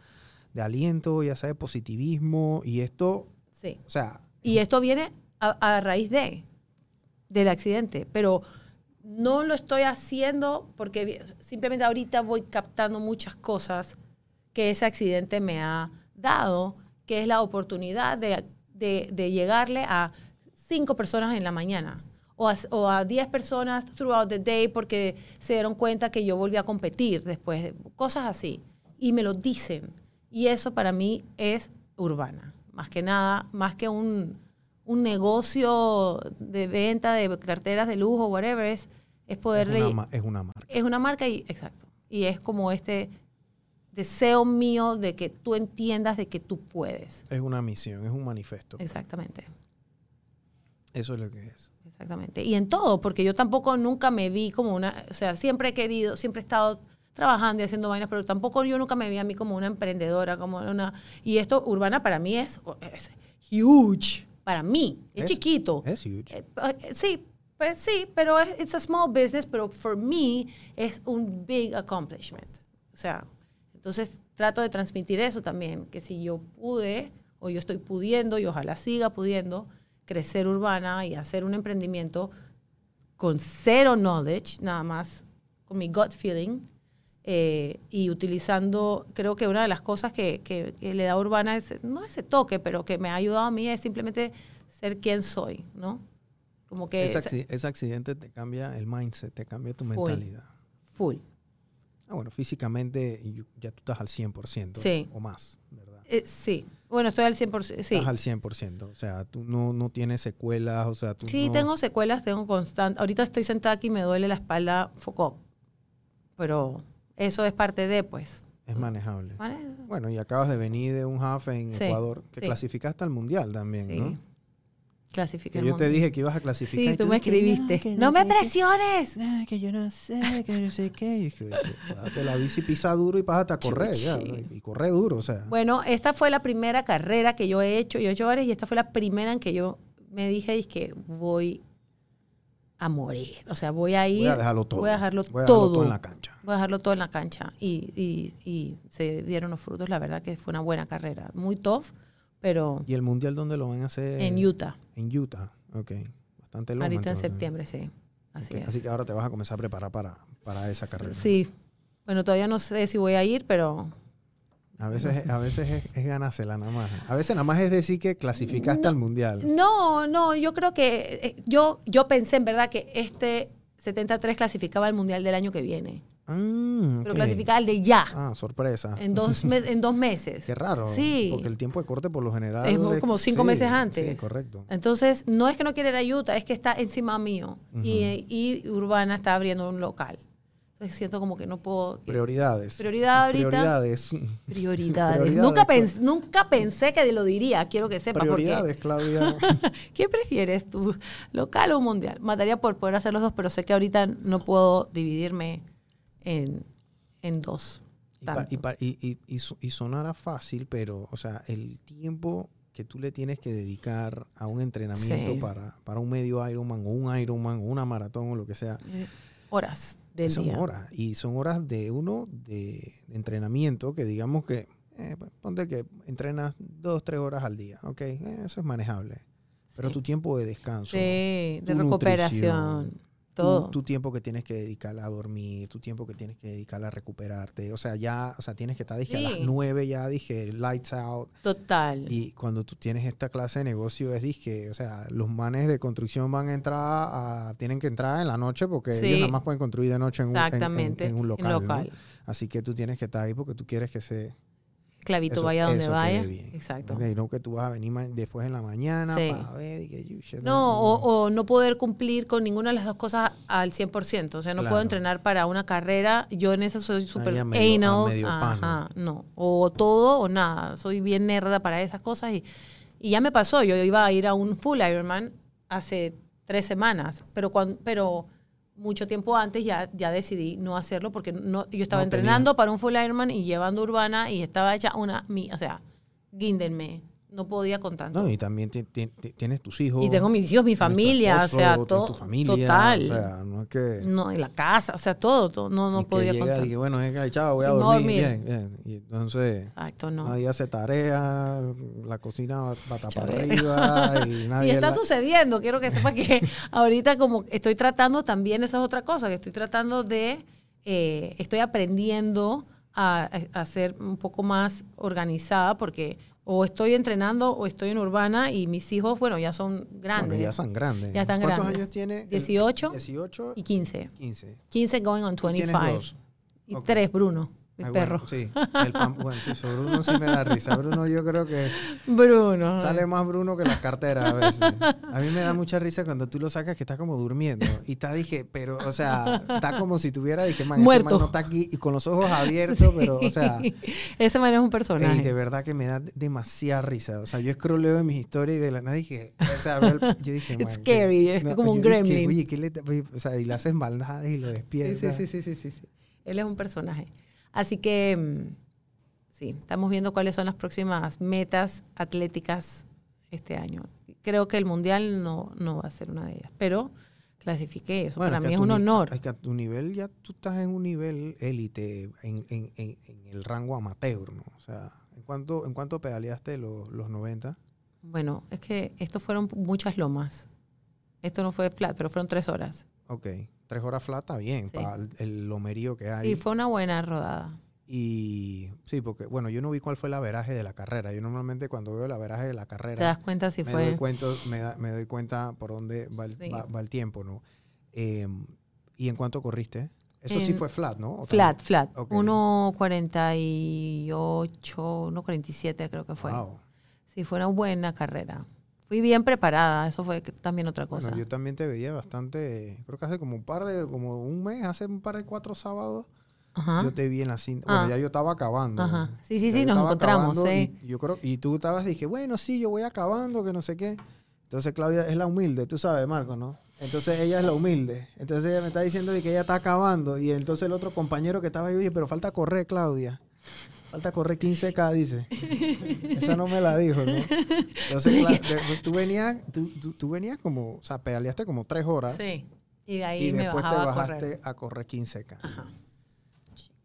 B: de aliento, ya sea de positivismo y esto,
C: sí.
B: o sea,
C: Y esto viene a, a raíz de del accidente, pero no lo estoy haciendo porque vi- simplemente ahorita voy captando muchas cosas que ese accidente me ha dado, que es la oportunidad de, de- de llegarle a cinco personas en la mañana o a, o a 10 personas throughout the day porque se dieron cuenta que yo volví a competir después, de- cosas así. Y me lo dicen. Y eso para mí es urbana, más que nada, más que un, un negocio de venta de carteras de lujo, whatever, es, es
B: es
C: poderle...
B: una, ma- es una marca.
C: Es una marca y exacto. Y es como este deseo mío de que tú entiendas de que tú puedes.
B: Es una misión, es un manifiesto.
C: Exactamente,
B: Eso es lo que es.
C: exactamente. Y en todo, porque yo tampoco nunca me vi como una, o sea, siempre he querido, siempre he estado trabajando y haciendo vainas, pero tampoco yo nunca me vi a mí como una emprendedora, como una... Y esto, Urbana, para mí es, es huge, para mí, es,
B: Es-
C: chiquito.
B: Es huge.
C: Eh, pa- eh, sí, pues sí, pero es it's a small business, pero for me es un big accomplishment. O sea, entonces trato de transmitir eso también, que si yo pude o yo estoy pudiendo y ojalá siga pudiendo crecer urbana y hacer un emprendimiento con cero knowledge, nada más con mi gut feeling, eh, y utilizando, creo que una de las cosas que, que- que le da a Urbana, es, no ese toque, pero que me ha ayudado a mí es simplemente ser quien soy, ¿no? Como que
B: Ese,
C: es
B: acci- ese accidente te cambia el mindset, te cambia tu
C: Full.
B: mentalidad.
C: full.
B: Ah, bueno, físicamente yo- ya tú estás al 100%
C: Sí.
B: o más, ¿verdad?
C: Eh, sí, bueno, estoy al 100%, sí.
B: Estás al 100%, o sea, tú no, no tienes secuelas, o sea, tú
C: Sí,
B: no-
C: tengo secuelas, tengo constante. Ahorita estoy sentada aquí y me duele la espalda foco, pero eso es parte de, pues.
B: es manejable.
C: ¿vale?
B: Bueno, y acabas de venir de un half en
C: Sí,
B: Ecuador, que
C: sí.
B: clasificaste al mundial también,
C: Sí.
B: ¿no?
C: Clasifica
B: Que
C: el
B: yo te
C: mundo.
B: dije que ibas a clasificar. y
C: Sí, tú me
B: dijiste,
C: escribiste.
B: que
C: ¡No me
B: sé qué,
C: presiones!
B: ah, que yo no sé, que no sé qué. Y dije, "Vete, párate la bici, pisa duro y pásate a correr, ya.
C: Chuchi.
B: Y corre duro, o sea.
C: Bueno, esta fue la primera carrera que yo he hecho, yo he hecho varias, y esta fue la primera en que yo me dije, que voy a morir, o sea, voy a ir,
B: voy a dejarlo todo.
C: voy a dejarlo
B: Voy a
C: todo,
B: en la cancha.
C: voy a dejarlo todo en la cancha, y, y- y se dieron los frutos, la verdad que fue una buena carrera, muy tough, pero
B: ¿Y el mundial dónde lo van a hacer?
C: en Utah,
B: En Utah, ok. Bastante largo.
C: ahorita en septiembre, sí, así
B: Así
C: es.
B: que ahora te vas a comenzar a preparar para, para esa carrera.
C: Sí, Bueno, todavía no sé si voy a ir, pero
B: A veces, a veces es, es ganársela nada más. A veces nada más es decir que clasificaste al mundial.
C: No, no, yo creo que eh, yo, yo pensé en verdad que este 73 clasificaba al Mundial del año que viene,
B: Ah,
C: pero
B: ok.
C: clasificaba al de ya,
B: Ah, sorpresa.
C: en, dos mes- en dos meses.
B: Qué raro.
C: Sí.
B: Porque el tiempo de corte por lo general.
C: Es como cinco meses antes.
B: Sí, correcto.
C: Entonces, no es que no quiera ir a Utah, es que está encima mío y, y Urbana está abriendo un local. Entonces siento como que no puedo...
B: Prioridades.
C: Prioridad ahorita.
B: Prioridades.
C: Prioridades.
B: Prioridades,
C: Nunca,
B: pues.
C: pens- nunca pensé que lo diría, quiero que sepa. Porque
B: Prioridades, Claudia.
C: ¿Qué prefieres tú, local o mundial? Mataría por poder hacer los dos, pero sé que ahorita no puedo dividirme en, en dos.
B: Y pa-
C: tanto.
B: Y, pa- y- y- y su- y sonará fácil, pero, o sea, el tiempo que tú le tienes que dedicar a un entrenamiento
C: Sí.
B: para, para un medio Ironman o un Ironman o una maratón o lo que sea,
C: Eh, Horas del
B: son
C: día.
B: horas. Y son horas de uno de entrenamiento que digamos que, eh, pues, ponte que entrenas dos, tres horas al día, ¿ok? eh, eso es manejable. Pero
C: Sí.
B: tu tiempo de descanso,
C: Sí, de
B: tu
C: recuperación.
B: nutrición, tu-
C: Todo.
B: tu tiempo que tienes que dedicar a dormir, tu tiempo que tienes que dedicar a recuperarte, o sea, ya, o sea, tienes que estar, dije, a las
C: Sí.
B: nueve ya, dije, lights out,
C: Total.
B: y cuando tú tienes esta clase de negocio es disque, o sea, los manes de construcción van a entrar, a- tienen que entrar en la noche porque
C: Sí.
B: ellos nada más pueden construir de noche en, un, en- en-
C: Exactamente.
B: en un
C: en
B: local. ¿no? Así que tú tienes que estar ahí porque tú quieres que se...
C: Clavito
B: eso-
C: vaya donde
B: eso quede
C: vaya.
B: bien.
C: Exacto.
B: Ok, no que tú vas a venir ma- después en la mañana
C: Sí.
B: para ver y que, "Uy, shit,
C: No, o, o no poder cumplir con ninguna de las dos cosas al 100%. O sea, no
B: Claro.
C: puedo entrenar para una carrera. Yo en eso soy súper
B: a
C: anal.
B: medio- a medio
C: Ajá,
B: palo.
C: no. O todo o nada. Soy bien nerda para esas cosas. Y, y ya me pasó. Yo iba a ir a un full Ironman hace tres semanas. Pero, cuando, pero mucho tiempo antes ya, ya decidí no hacerlo porque no, yo estaba
B: No tenía.
C: entrenando para un full Ironman y llevando urbana y estaba hecha una... mi- o sea, guíndenme. No podía con tanto.
B: No, y también ti- ti- ti- tienes tus hijos.
C: Y tengo mis hijos, mi
B: tienes tu
C: familia,
B: esposo,
C: o sea,
B: tienes
C: todo.
B: tu familia,
C: total.
B: O sea, no es que...
C: no, en la casa, o sea, todo, todo. No,
B: y
C: no
B: que
C: podía
B: llega
C: contar.
B: Y que, bueno, es que, ay, chao, voy a
C: No
B: dormir.
C: dormir.
B: Bien, bien. Y entonces...
C: Exacto, no.
B: Nadie hace tarea, la cocina va, va para
C: Chavero.
B: arriba y nadie.
C: Y está
B: la-
C: sucediendo, quiero que sepa que ahorita como estoy tratando también, esa es otra cosa, que estoy tratando de, eh, estoy aprendiendo a, a- a ser un poco más organizada porque o estoy entrenando o estoy en urbana y mis hijos, bueno, ya son
B: Bueno,
C: grandes.
B: ya son grandes.
C: Ya están
B: ¿Cuántos
C: grandes.
B: años tiene? el-
C: 18
B: 18
C: y 15.
B: 15.
C: 15 going on
B: Tú tienes
C: 25.
B: dos.
C: Y
B: Ok.
C: tres, Bruno, mi
B: Ah, bueno,
C: perro.
B: sí. El fan- bueno, sí, sobre Bruno sí me da risa. Bruno yo creo que
C: Bruno.
B: pues. sale más Bruno que las carteras a veces. A mí me da mucha risa cuando tú lo sacas que está como durmiendo. Y está, dije, pero, o sea, está como si tuviera, dije, man, este
C: Muerto.
B: man no está aquí y con los ojos abiertos, pero, o sea,
C: Ese man es un
B: Ey,
C: personaje.
B: de verdad que me da demasiada risa. O sea, yo escroleo en mis historias y de la nada dije, o sea, veo el- yo dije,
C: It's
B: "Man,
C: scary, es como un
B: yo dije,
C: gremlin".
B: Oye, ¿qué le, ta- oye, o sea, y le haces maldades y lo
C: Sí, sí,
B: despiertas.
C: sí, sí, sí, sí, sí. Él es un personaje. Así que, mm, sí, estamos viendo cuáles son las próximas metas atléticas este año. Creo que el Mundial no, no va a ser una de ellas, pero clasifiqué eso.
B: Bueno,
C: Para
B: que
C: mí
B: a
C: es
B: tu
C: un
B: ni-
C: honor.
B: Es que a tu nivel ya tú estás en un nivel élite en, en, en, en el rango amateur, ¿no? O sea, ¿en cuánto, en cuánto pedaleaste los, los 90?
C: Bueno, es que esto fueron muchas lomas. Esto no fue flat, pero fueron tres horas.
B: Ok, tres horas flat está bien
C: Sí.
B: para el, el lomerío que hay.
C: Y fue una buena rodada.
B: Y sí, porque, bueno, yo no vi cuál fue el averaje de la carrera. Yo normalmente cuando veo el averaje de la carrera...
C: ¿Te das cuenta si
B: me,
C: fue?
B: doy cuenta, me, da- me doy cuenta por dónde va el,
C: Sí.
B: va- va el tiempo, ¿no? Eh, ¿Y en cuánto corriste? Eso sí
C: En-
B: fue flat, ¿no? ¿O
C: Flat,
B: también?
C: flat.
B: Ok.
C: 1.48, 1.47 creo que fue.
B: Wow.
C: Sí, fue una buena carrera. Fui bien preparada, eso fue que- también otra cosa.
B: Bueno, yo también te veía bastante, creo que hace como un par de, como un mes, hace un par de cuatro sábados,
C: Ajá.
B: yo te vi en la cinta. Bueno,
C: Ah.
B: ya yo estaba acabando.
C: Ajá. Sí, sí,
B: Ya
C: sí,
B: yo
C: nos
B: estaba
C: encontramos,
B: acabando
C: sí.
B: Y, yo creo, y tú estabas, dije, bueno, sí, yo voy acabando, que no sé qué. Entonces Claudia es la humilde, tú sabes, Marco, ¿no? Entonces ella es la humilde. Entonces ella me está diciendo de que ella está acabando. Y entonces el otro compañero que estaba ahí, oye, pero falta correr, Claudia. Falta correr 15K, dice. Esa no me la dijo, ¿no? Entonces Cla- de- tú, venías, tú, tú- tú venías como, o sea, pedaleaste como tres horas.
C: Sí. Y de ahí
B: Y
C: me
B: después te
C: bajaba a correr.
B: bajaste a correr 15K.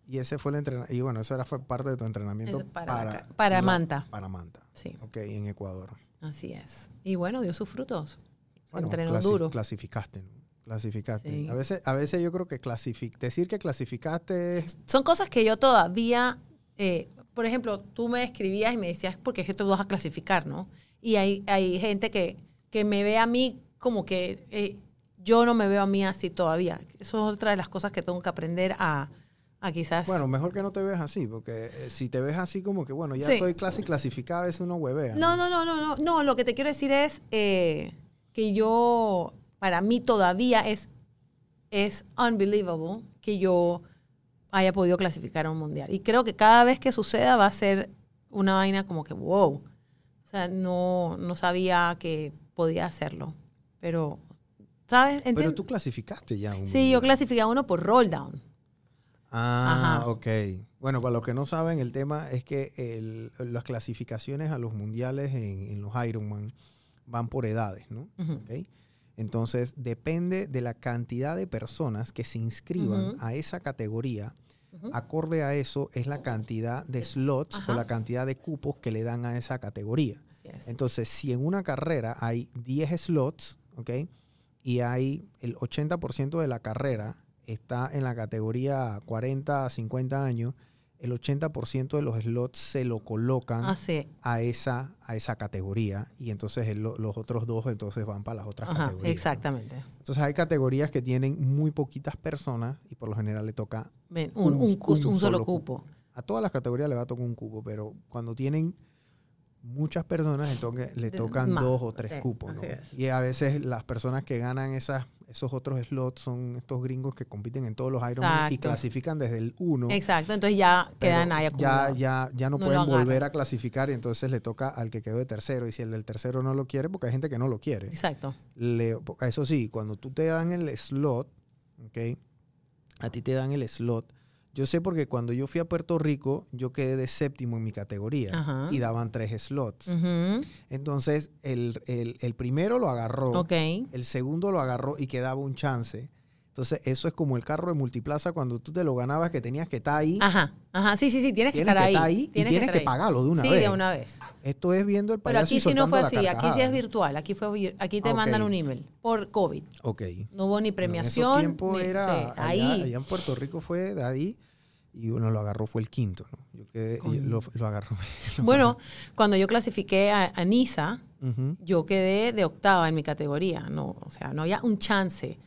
B: Y ese fue el entrenamiento. Y bueno, eso era, fue parte de tu entrenamiento
C: Eso para
B: para,
C: acá, para
B: la-
C: Manta.
B: Para Manta.
C: Sí,
B: Ok, en Ecuador.
C: así es. Y bueno, dio sus frutos. Se
B: Bueno,
C: entrenó
B: clasi-
C: duro.
B: Clasificaste, ¿no? Clasificaste.
C: Sí.
B: A, veces, a veces yo creo que clasific decir que clasificaste es
C: Son cosas que yo todavía, eh, por ejemplo, tú me escribías y me decías, porque es que tú vas a clasificar, ¿no? Y hay, hay gente que, que me ve a mí como que eh, yo no me veo a mí así todavía. Eso es otra de las cosas que tengo que aprender a, a quizás...
B: Bueno, mejor que no te veas así, porque eh, si te ves así como que, bueno, ya
C: Sí.
B: estoy clasi clasificada, a veces uno huevea.
C: No, no, no, no, no, no. Lo que te quiero decir es eh, que yo, para mí todavía es, es unbelievable que yo haya podido clasificar a un mundial. Y creo que cada vez que suceda va a ser una vaina como que, wow. O sea, no, no sabía que podía hacerlo. Pero, ¿sabes?
B: Pero
C: Entiendo.
B: tú clasificaste ya. un-
C: Sí, yo clasifiqué a uno por roll down.
B: Ah,
C: Ajá.
B: ok. Bueno, para los que no saben, el tema es que el- las clasificaciones a los mundiales en, en los Ironman van por edades, ¿no?
C: Ujú.
B: ¿ok? Entonces, depende de la cantidad de personas que se inscriban
C: Ujú.
B: a esa categoría.
C: Ujú.
B: Acorde a eso es la cantidad de slots
C: Ajá.
B: o la cantidad de cupos que le dan a esa categoría.
C: Así es.
B: Entonces, si en una carrera hay 10 slots, ¿ok? Y hay el 80% de la carrera está en la categoría 40 a 50 años, el 80% de los slots se lo colocan
C: Así.
B: a, esa, a esa categoría y entonces el- lo- los otros dos entonces van para las otras
C: Ajá,
B: categorías. ¿no?
C: exactamente.
B: Entonces hay categorías que tienen muy poquitas personas y por lo general le toca,
C: Ven, un,
B: Un-
C: un cus-
B: un
C: un solo
B: solo cupo.
C: cupo.
B: a todas las categorías le va a tocar un cupo, pero cuando tienen muchas personas entonces le
C: De-
B: tocan
C: más,
B: dos o tres
C: sí,
B: cupos. ¿no?
C: así es.
B: Y a veces las personas que ganan esas, esos otros slots son estos gringos que compiten en todos los Ironman y
C: Exacto.
B: clasifican desde el 1.
C: Exacto, entonces ya quedan ahí
B: ya,
C: acumulados.
B: ya, ya no,
C: No lo
B: pueden volver
C: agarran.
B: a clasificar y entonces le toca al que quedó de tercero. Y si el del tercero no lo quiere, porque hay gente que no lo quiere.
C: Exacto.
B: le- eso sí, cuando tú te dan el slot, ¿ok? A ti te dan el slot. Yo sé porque cuando yo fui a Puerto Rico, yo quedé de séptimo en mi categoría
C: Ajá. Mm.
B: y daban tres slots.
C: Ujú,
B: Entonces, el, el- el primero lo agarró,
C: Ok.
B: el segundo lo agarró y quedaba un chance. Entonces, eso es como el carro de multiplaza cuando tú te lo ganabas que tenías que estar ahí.
C: Ajá. Ajá. Sí, sí, sí. Ah, Tienes que
B: Tienes
C: estar
B: que
C: ahí.
B: estar ahí y tienes que
C: estar ahí.
B: pagarlo de una
C: sí,
B: vez.
C: de una vez.
B: Esto es viendo el
C: Pero
B: payaso y
C: aquí sí no fue
B: soltando
C: así.
B: la
C: Aquí sí es
B: carcajada.
C: virtual. Aquí fue vir- aquí te
B: Ah, ok.
C: mandan un email por COVID.
B: Ok.
C: No hubo ni premiación.
B: En ese tiempo
C: ni-
B: era
C: sí,
B: allá-
C: ahí.
B: Allá, en Puerto Rico fue de ahí y uno lo agarró fue el quinto, ¿no? Yo quedé- y
C: Coño.
B: lo, lo agarró.
C: Bueno, cuando yo clasifiqué a, a Nisa,
B: Ujú.
C: yo quedé de octava en mi categoría. No, o sea, no había un chance.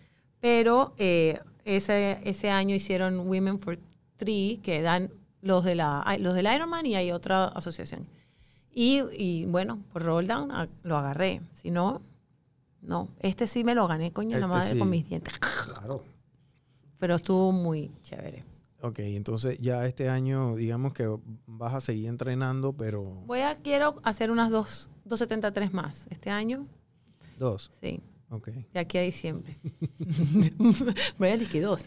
C: Pero eh, ese, ese año hicieron Women for Three, que dan los de la los del Ironman y hay otra asociación. Y, y bueno, por roll down a- lo agarré. Si no, no. Este sí me lo gané, coño,
B: Este
C: la madre con
B: sí.
C: mis dientes.
B: Claro.
C: Pero estuvo muy chévere.
B: Ok, entonces ya este año digamos que vas a seguir entrenando, pero
C: Voy a, quiero hacer unas dos, 273 más este año.
B: dos.
C: Sí.
B: Ok.
C: De aquí a diciembre. Brian dice que dos.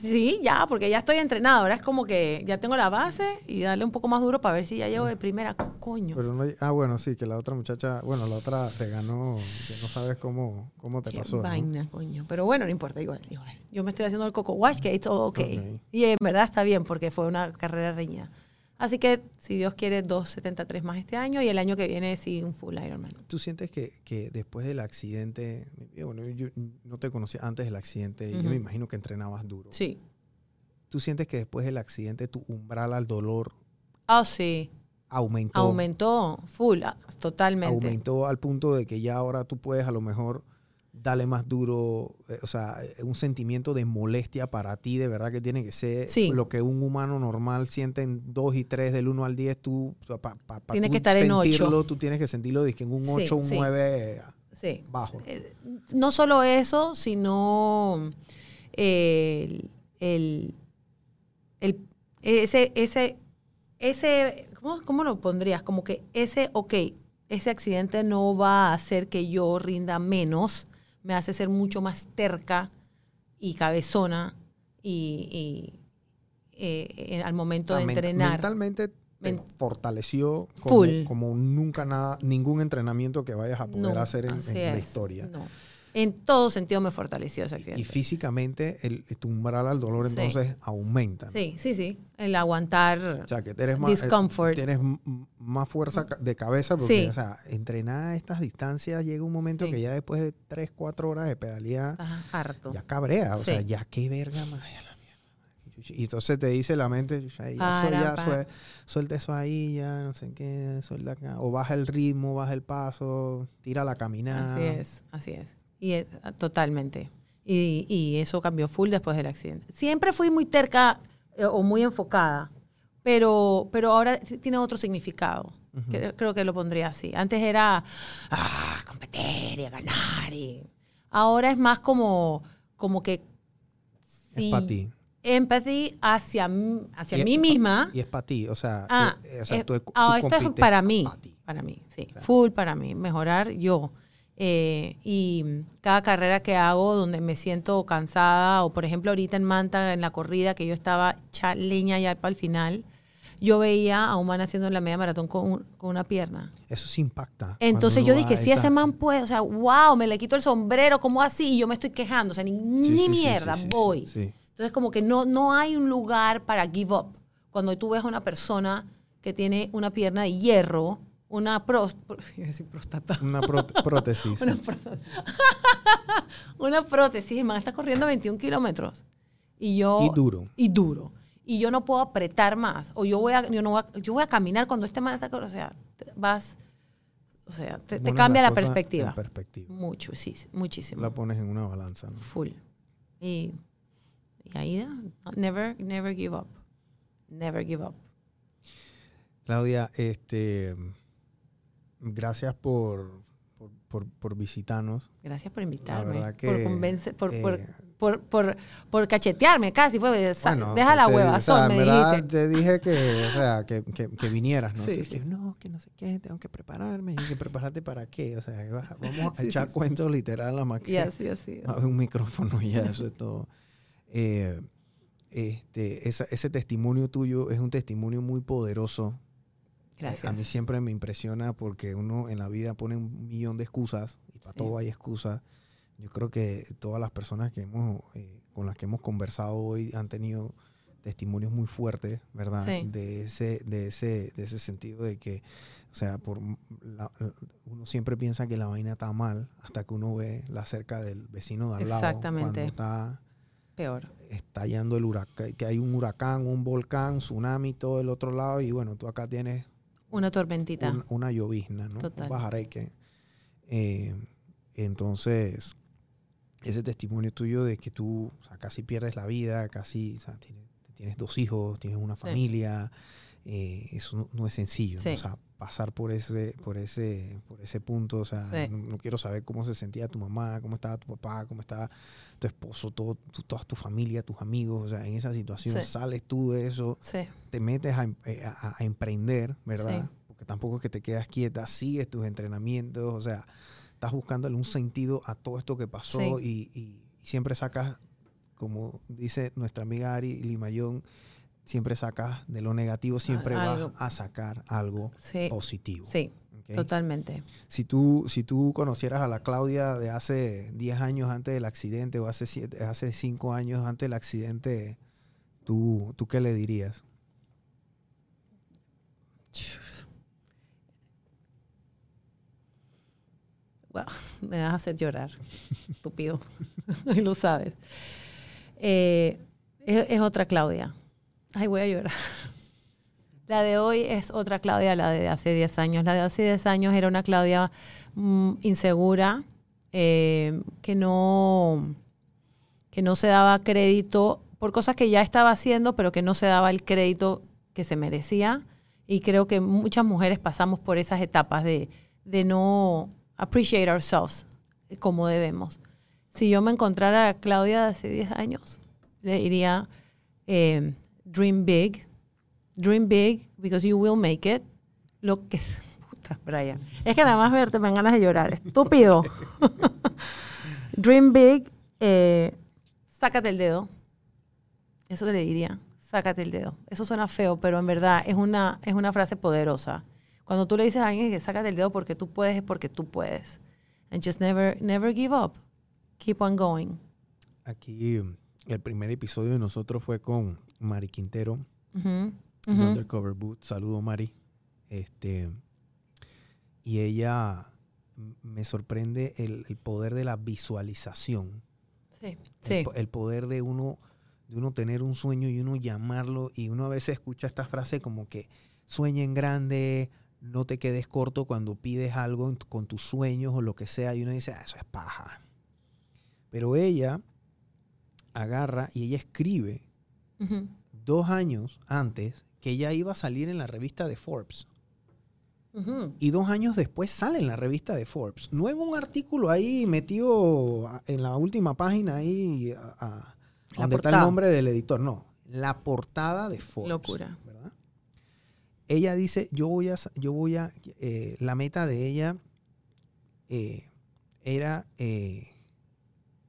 C: sí, ya, porque ya estoy entrenada. Ahora es como que ya tengo la base y darle un poco más duro para ver si ya llego de primera. Coño.
B: Pero no- ah, bueno, sí, que la otra muchacha, bueno, la otra te ganó, que no sabes cómo, cómo te
C: Qué
B: pasó. ¿no?
C: vaina, coño. Pero bueno, no importa, igual, igual. Yo me estoy haciendo el coco wash, que es todo ok.
B: Ok.
C: Y en verdad está bien, porque fue una carrera reñida. Así que, si Dios quiere, 2.73 más este año y el año que viene sí un full Ironman.
B: ¿Tú sientes que, que después del accidente, bueno, yo no te conocía antes del accidente, y yo
C: Ujú.
B: me imagino que entrenabas duro.
C: Sí.
B: ¿Tú sientes que después del accidente tu umbral al dolor
C: Ah, sí.
B: aumentó?
C: Aumentó, full, ah, totalmente.
B: aumentó al punto de que ya ahora tú puedes a lo mejor darle más duro, eh, o sea, eh, un sentimiento de molestia para ti, de verdad que tiene que ser
C: Sí.
B: lo que un humano normal siente en 2 y 3, del 1 al 10, tú, para
C: Tiene que estar en ocho.
B: sentirlo, tú tienes que sentirlo de que en un
C: Sí,
B: 8, un
C: sí.
B: 9,
C: Sí.
B: bajo.
C: Eh, No solo eso, sino el, el- el- ese, ese, ese, ¿cómo, cómo lo pondrías? Como que ese, ok, ese accidente no va a hacer que yo rinda menos, me hace ser mucho más terca y cabezona y, y, eh, eh, al momento
B: Ah,
C: de entrenar.
B: Mentalmente te
C: Men-
B: fortaleció como,
C: Full.
B: como nunca nada, ningún entrenamiento que vayas a poder
C: No,
B: hacer en,
C: así
B: en la
C: es,
B: historia.
C: no. En todo sentido me fortaleció ese accidente.
B: Y físicamente el, tu umbral al dolor
C: Sí.
B: entonces aumenta. ¿no?
C: Sí, sí, sí. El aguantar.
B: O sea, que eres más, eh,
C: Discomfort. Mm.
B: tienes m- más fuerza ca- de cabeza porque,
C: Sí.
B: o sea, entrenar a estas distancias llega un momento
C: Sí.
B: que ya después de 3, 4 horas de pedalía
C: Estás harto.
B: ya cabrea, o sea,
C: Sí.
B: ya qué verga más ya la mierda. Y entonces te dice la mente, ya, ya, suel- ya
C: Para,
B: suel- suelta eso ahí, ya no sé qué, suelta acá. O baja el ritmo, baja el paso, tira la caminada.
C: Así es, así es. Y es- ah, totalmente. Y, y eso cambió full después del accidente. Siempre fui muy terca eh, o muy enfocada, pero, pero ahora sí tiene otro significado. Cre- Creo que lo pondría así. Antes era ah, competir y ganar. Y... Ahora es más como, como que...
B: Es para ti.
C: Empathy hacia, mí- hacia
B: Y-
C: mí misma.
B: Y es para ti, o sea,
C: Ah,
B: eh, o sea,
C: eh,
B: tú- tú
C: ah, esto es
B: compites
C: para mí.
B: pa' ti.
C: Para mí, sí.
B: sea.
C: Full para mí. Mejorar yo. Eh, y cada carrera que hago donde me siento cansada, o por ejemplo ahorita en Manta, en la corrida que yo estaba hecha leña ya para el final, yo veía a un man haciendo la media maratón con, un- con una pierna.
B: Eso sí impacta. cuando
C: Entonces
B: uno
C: yo
B: va
C: dije,
B: a
C: si ese
B: esa-
C: man puede, o sea, wow, me le quito el sombrero, ¿cómo así? Y yo me estoy quejando, o sea, ni,
B: Sí, sí,
C: ni
B: sí, sí,
C: mierda,
B: sí, sí,
C: voy.
B: sí.
C: Entonces, como que no, no hay un lugar para give up. Cuando tú ves a una persona que tiene una pierna de hierro, una pros- pro- iba a decir próstata,
B: Una pró- prótesis.
C: una prótesis, y man, está corriendo 21 kilómetros. Y yo.
B: Y duro.
C: Y duro. Y yo no puedo apretar más. O yo voy a, yo no voy a, yo voy a caminar cuando este man está. cor- O sea, te- vas. O sea, te, te
B: Pones
C: cambia la
B: cosa en
C: perspectiva.
B: perspectiva.
C: Mucho, sí, sí, muchísimo.
B: La pones en una balanza. ¿no?
C: Full. Y, y ahí, ah, never, never give up. Never give up.
B: Claudia, este, gracias por, por, por- por visitarnos.
C: Gracias por invitarme.
B: verdad que,
C: por convencer, por, por,
B: eh,
C: por, por, por cachetearme casi. Fue, sa-
B: Bueno,
C: deja la
B: te-
C: hueva,
B: o sea,
C: Sol, me
B: en verdad
C: dijiste.
B: Te dije que, o sea, que, que- que vinieras, ¿no?
C: Sí,
B: Te
C: sí.
B: dije, no, que no sé qué, tengo que prepararme. Y que prepararte para qué. O sea, que vas- vamos a
C: Sí,
B: echar
C: sí, sí.
B: cuentos literal a más que
C: Y así, así.
B: más un micrófono y ya, eso es todo. Eh, este, esa- ese testimonio tuyo es un testimonio muy poderoso
C: Gracias.
B: Eh, a mí siempre me impresiona porque uno en la vida pone un millón de excusas y para
C: Sí.
B: todo hay excusas. Yo creo que todas las personas que hemos, eh, con las que hemos conversado hoy han tenido testimonios muy fuertes, ¿verdad?
C: Sí.
B: De, ese, de, ese, de ese sentido de que, o sea, por m- la- la- uno siempre piensa que la vaina está mal hasta que uno ve la cerca del vecino de al lado. Cuando
C: Exactamente.
B: está
C: Peor.
B: estallando el huracán, que hay un huracán, un volcán, tsunami, todo el otro lado y bueno, tú acá tienes
C: Una tormentita.
B: un- una llovizna, ¿no?
C: Total.
B: Un bajareque. Eh, entonces, ese testimonio tuyo de que tú o sea, casi pierdes la vida, casi o sea, tienes, tienes dos hijos, tienes una familia, eh, eso no, no es sencillo. ¿no?
C: Sí.
B: O sea, pasar por ese, por ese, por ese punto, o sea,
C: Sí.
B: no, no quiero saber cómo se sentía tu mamá, cómo estaba tu papá, cómo estaba tu esposo, todo, tu- toda tu familia, tus amigos, o sea, en esa situación
C: Sí.
B: sales tú de eso
C: Sí,
B: te metes a, em- eh, a- a emprender, ¿verdad?
C: Sí.
B: Porque tampoco es que te quedas quieta, sigues tus entrenamientos, o sea, estás buscándole un sentido a todo esto que pasó y, y- y siempre sacas, como dice nuestra amiga Ari Limayón, siempre sacas de lo negativo, siempre vas
C: algo.
B: a sacar algo
C: sí.
B: positivo.
C: Sí,
B: ¿ok?
C: totalmente.
B: Si tú, si tú conocieras a la Claudia de hace 10 años antes del accidente o hace, siete, hace 5 años antes del accidente, ¿tú, ¿tú qué le dirías?
C: Guau, me vas a hacer llorar, estúpido. Y lo sabes. Eh, es, es otra Claudia. Ay, voy a llorar. La de hoy es otra Claudia, la de hace 10 años. La de hace 10 años era una Claudia mm, insegura, eh, que, no, que no se daba crédito por cosas que ya estaba haciendo, pero que no se daba el crédito que se merecía. Y creo que muchas mujeres pasamos por esas etapas de, de no appreciate ourselves como debemos. Si yo me encontrara a Claudia de hace 10 años, le diría, eh, dream big, dream big, because you will make it. Lo que... Puta, Brian. Es que nada más verte me dan ganas de llorar. Estúpido. dream big, eh, sácate el dedo. Eso te le diría, sácate el dedo. Eso suena feo, pero en verdad es una, es una frase poderosa. Cuando tú le dices a alguien que sácate el dedo porque tú puedes, es porque tú puedes. And just never, never give up. Keep on going.
B: Aquí mm, el primer episodio de nosotros fue con Mari Quintero,
C: Ujú,
B: de
C: ujú.
B: Undercover Boot. Saludo, Mari. Este, y ella m- me sorprende el, el poder de la visualización.
C: Sí,
B: El
C: sí.
B: po- El, poder de uno, de uno tener un sueño y uno llamarlo. Y uno a veces escucha esta frase como que sueña en grande, no te quedes corto cuando pides algo en tu- con tus sueños o lo que sea. Y uno dice, "Ah, eso es paja. Pero ella agarra y ella escribe
C: Ujú.
B: dos años antes que ella iba a salir en la revista de Forbes.
C: Ujú.
B: Y dos años después sale en la revista de Forbes. No en un artículo ahí metido a- en la última página ahí a- a-
C: La
B: donde está
C: portada.
B: el nombre del editor. No, la portada de Forbes.
C: Locura.
B: ¿verdad? Ella dice, yo voy a, sa- yo voy a, eh, la meta de ella eh, era eh,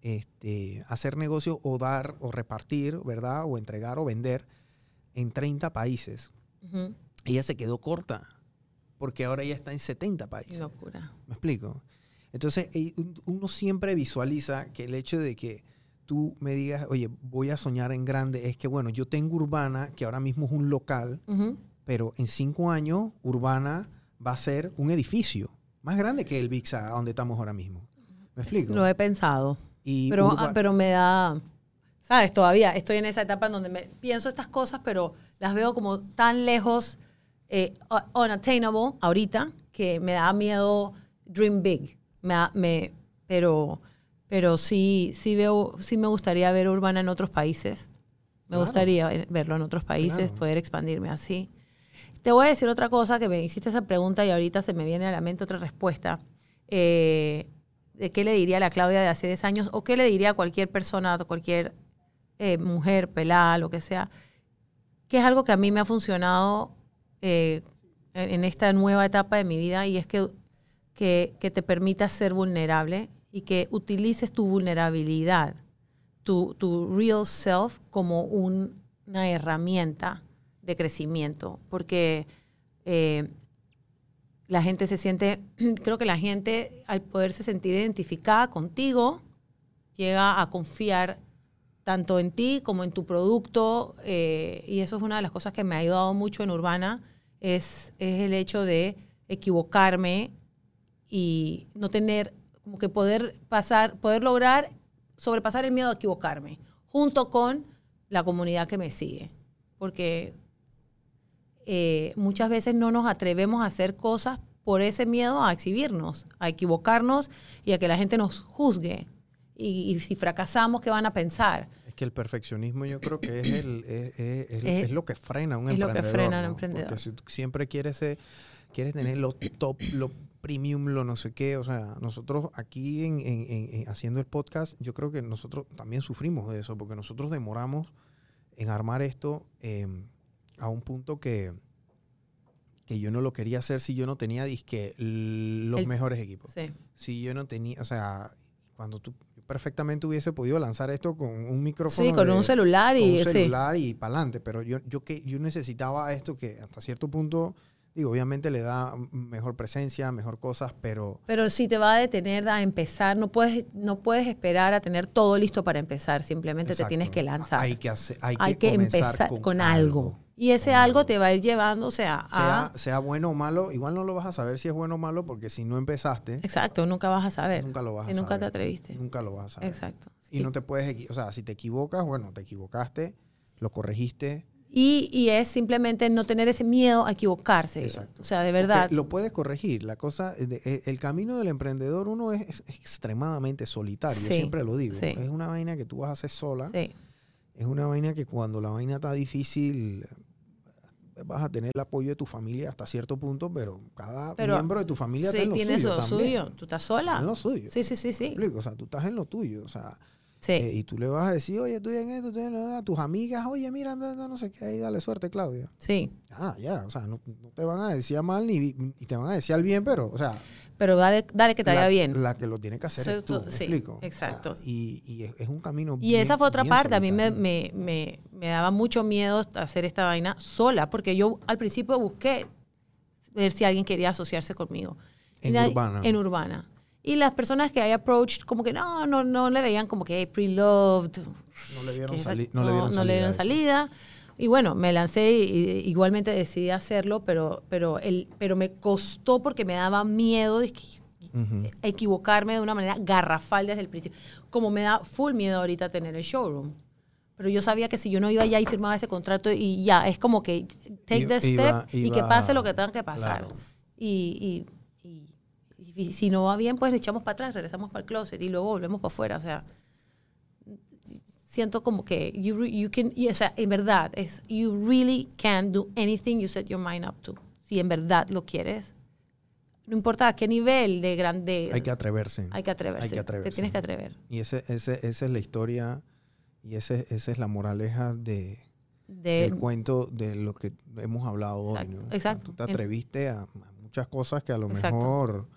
B: este, hacer negocio o dar o repartir, ¿verdad? O entregar o vender en 30 países
C: Ujú.
B: ella se quedó corta, porque ahora ella está en 70 países.
C: Locura.
B: ¿Me explico? Entonces, eh, un- uno siempre visualiza que el hecho de que tú me digas, oye, voy a soñar en grande, es que, bueno, yo tengo Urbana, que ahora mismo es un local,
C: Ujú.
B: pero en cinco años Urbana va a ser un edificio más grande que el VIXA, donde estamos ahora mismo. ¿Me explico?
C: Lo he pensado.
B: Y
C: Pero,
B: Urba-
C: ah, pero me da, ¿sabes? Todavía estoy en esa etapa en donde me, pienso estas cosas, pero las veo como tan lejos, eh, un- unattainable ahorita, que me da miedo dream big. Me, da- me- pero, pero sí, sí veo, sí me gustaría ver Urbana en otros países. Me
B: Claro.
C: gustaría ver- verlo en otros países,
B: Claro.
C: poder expandirme así. Te voy a decir otra cosa que me hiciste esa pregunta y ahorita se me viene a la mente otra respuesta. Eh, ¿De qué le diría a la Claudia de hace 10 años o qué le diría a cualquier persona, a cualquier eh, mujer, pelada, lo que sea? Que es algo que a mí me ha funcionado eh, en en esta nueva etapa de mi vida y es que, que, que te permitas ser vulnerable y que utilices tu vulnerabilidad, tu, tu real self como un- una herramienta de crecimiento, porque eh, la gente se siente, creo que la gente al poderse sentir identificada contigo, llega a confiar tanto en ti como en tu producto. eh, y eso es una de las cosas que me ha ayudado mucho en Urbana, es, es el hecho de equivocarme y no tener, como que poder pasar, poder lograr sobrepasar el miedo a equivocarme, junto con la comunidad que me sigue. Porque eh, muchas veces no nos atrevemos a hacer cosas por ese miedo a exhibirnos, a equivocarnos y a que la gente nos juzgue. Y, y si fracasamos, ¿qué van a pensar?
B: Es que el perfeccionismo yo creo que es, el, es, es- es-
C: Es-
B: es lo que frena a un
C: Eh, es lo que
B: emprendedor.
C: frena a un
B: ¿no?
C: emprendedor.
B: Porque si tú siempre quieres, ser- quieres tener lo top, lo premium, lo no sé qué. O sea, nosotros aquí en, en- en- en haciendo el podcast, yo creo que nosotros también sufrimos de eso, porque nosotros demoramos en armar esto eh, a un punto que, que yo no lo quería hacer si yo no tenía disque los
C: El-
B: mejores equipos
C: Sí.
B: si yo no tenía, o sea, cuando tú yo perfectamente hubiese podido lanzar esto con un micrófono.
C: Sí, con
B: de-
C: un celular
B: con
C: y
B: un
C: sí.
B: celular y para adelante, pero yo, yo, que, yo necesitaba esto que hasta cierto punto, digo, obviamente le da mm, mejor presencia, mejor cosas, pero
C: Pero si te va a detener a empezar, no puedes, no puedes esperar a tener todo listo para empezar, simplemente
B: exacto,
C: te tienes que lanzar.
B: Hay que, hacer, hay
C: Hay
B: que,
C: que
B: comenzar
C: empezar
B: con,
C: con, algo. Ah. Y ese
B: con
C: algo,
B: algo.
C: te va a ir llevándose a...
B: Sea,
C: a-
B: sea bueno o malo, igual no lo vas a saber si es bueno o malo, porque si no empezaste,
C: exacto, nunca vas a saber.
B: Nunca lo vas
C: si
B: a
C: nunca te
B: saber.
C: atreviste.
B: nunca lo vas a saber.
C: Exacto.
B: Y no te puedes, equi- o sea, si te equivocas, bueno, te equivocaste, lo corregiste,
C: Y, y es simplemente no tener ese miedo a equivocarse.
B: Exacto.
C: O sea, de verdad.
B: Porque lo puedes corregir. La cosa, es de- eh, el camino del emprendedor uno es, es extremadamente solitario.
C: Sí,
B: siempre lo digo.
C: sí.
B: Es una vaina que tú vas a hacer sola.
C: Sí,
B: Es una vaina que cuando la vaina está difícil vas a tener el apoyo de tu familia hasta cierto punto, pero cada
C: Pero-
B: miembro de tu familia
C: sí
B: está en lo
C: tienes
B: suyo.
C: lo
B: también.
C: suyo. Tú estás
B: Está
C: sola.
B: en lo suyo.
C: Sí, sí, sí,
B: ¿Me
C: sí.
B: explico? O sea, tú estás en lo tuyo. O sea,
C: Sí.
B: eh, y tú le vas a decir, oye, estoy en esto, estoy en lo- a tus amigas, oye, mira, no, no, no sé qué, ahí dale suerte, Claudia.
C: sí.
B: Ah, ya, o sea, no, no te van a decir a mal ni, ni te van a decir al bien, pero, o sea,
C: Pero dale, dale que te vaya
B: la,
C: bien.
B: la que lo tiene que hacer
C: Soy
B: es tú,
C: tú,
B: ¿me
C: sí,
B: explico?
C: exacto.
B: O sea, y, y es, es un camino
C: Y
B: bien-
C: esa fue otra
B: bien
C: parte. A mí me,
B: solitario.
C: me- me- me daba mucho miedo hacer esta vaina sola, porque yo al principio busqué ver si alguien quería asociarse conmigo. Y
B: En
C: nadie-
B: Urbana.
C: En Urbana. Y las personas que hay approached, como que no, no, no le veían como que hey, pre-loved.
B: No le vieron,
C: que esa-
B: sali- no le
C: no-
B: dieron
C: no le
B: salida. a
C: dieron
B: eso.
C: salida. Y bueno, me lancé y, y igualmente decidí hacerlo, pero, pero, el, pero me costó porque me daba miedo de que-
B: Ujú.
C: equivocarme de una manera garrafal desde el principio. Como me da full miedo ahorita tener el showroom. Pero yo sabía que si yo no iba allá y firmaba ese contrato y ya, es como que take
B: I-
C: the step
B: iba-
C: y que
B: iba-
C: pase lo que tenga que pasar.
B: claro.
C: Y, y- y- y- y si no va bien, pues le echamos para atrás, regresamos para el closet y luego volvemos para afuera. O sea, siento como que you, re- you can, y, o sea, en verdad, es you really can do anything you set your mind up to. Si en verdad lo quieres, no importa a qué nivel de grande
B: Hay que atreverse.
C: Eh, hay que atreverse.
B: Hay que atreverse.
C: Te tienes que atrever.
B: Y ese, ese, esa es la historia y ese, esa es la moraleja de,
C: De-
B: del cuento de lo que hemos hablado hoy.
C: Eh, Exacto,
B: ¿no?
C: exacto.
B: Tú te atreviste a, a muchas cosas que a lo
C: Exacto.
B: mejor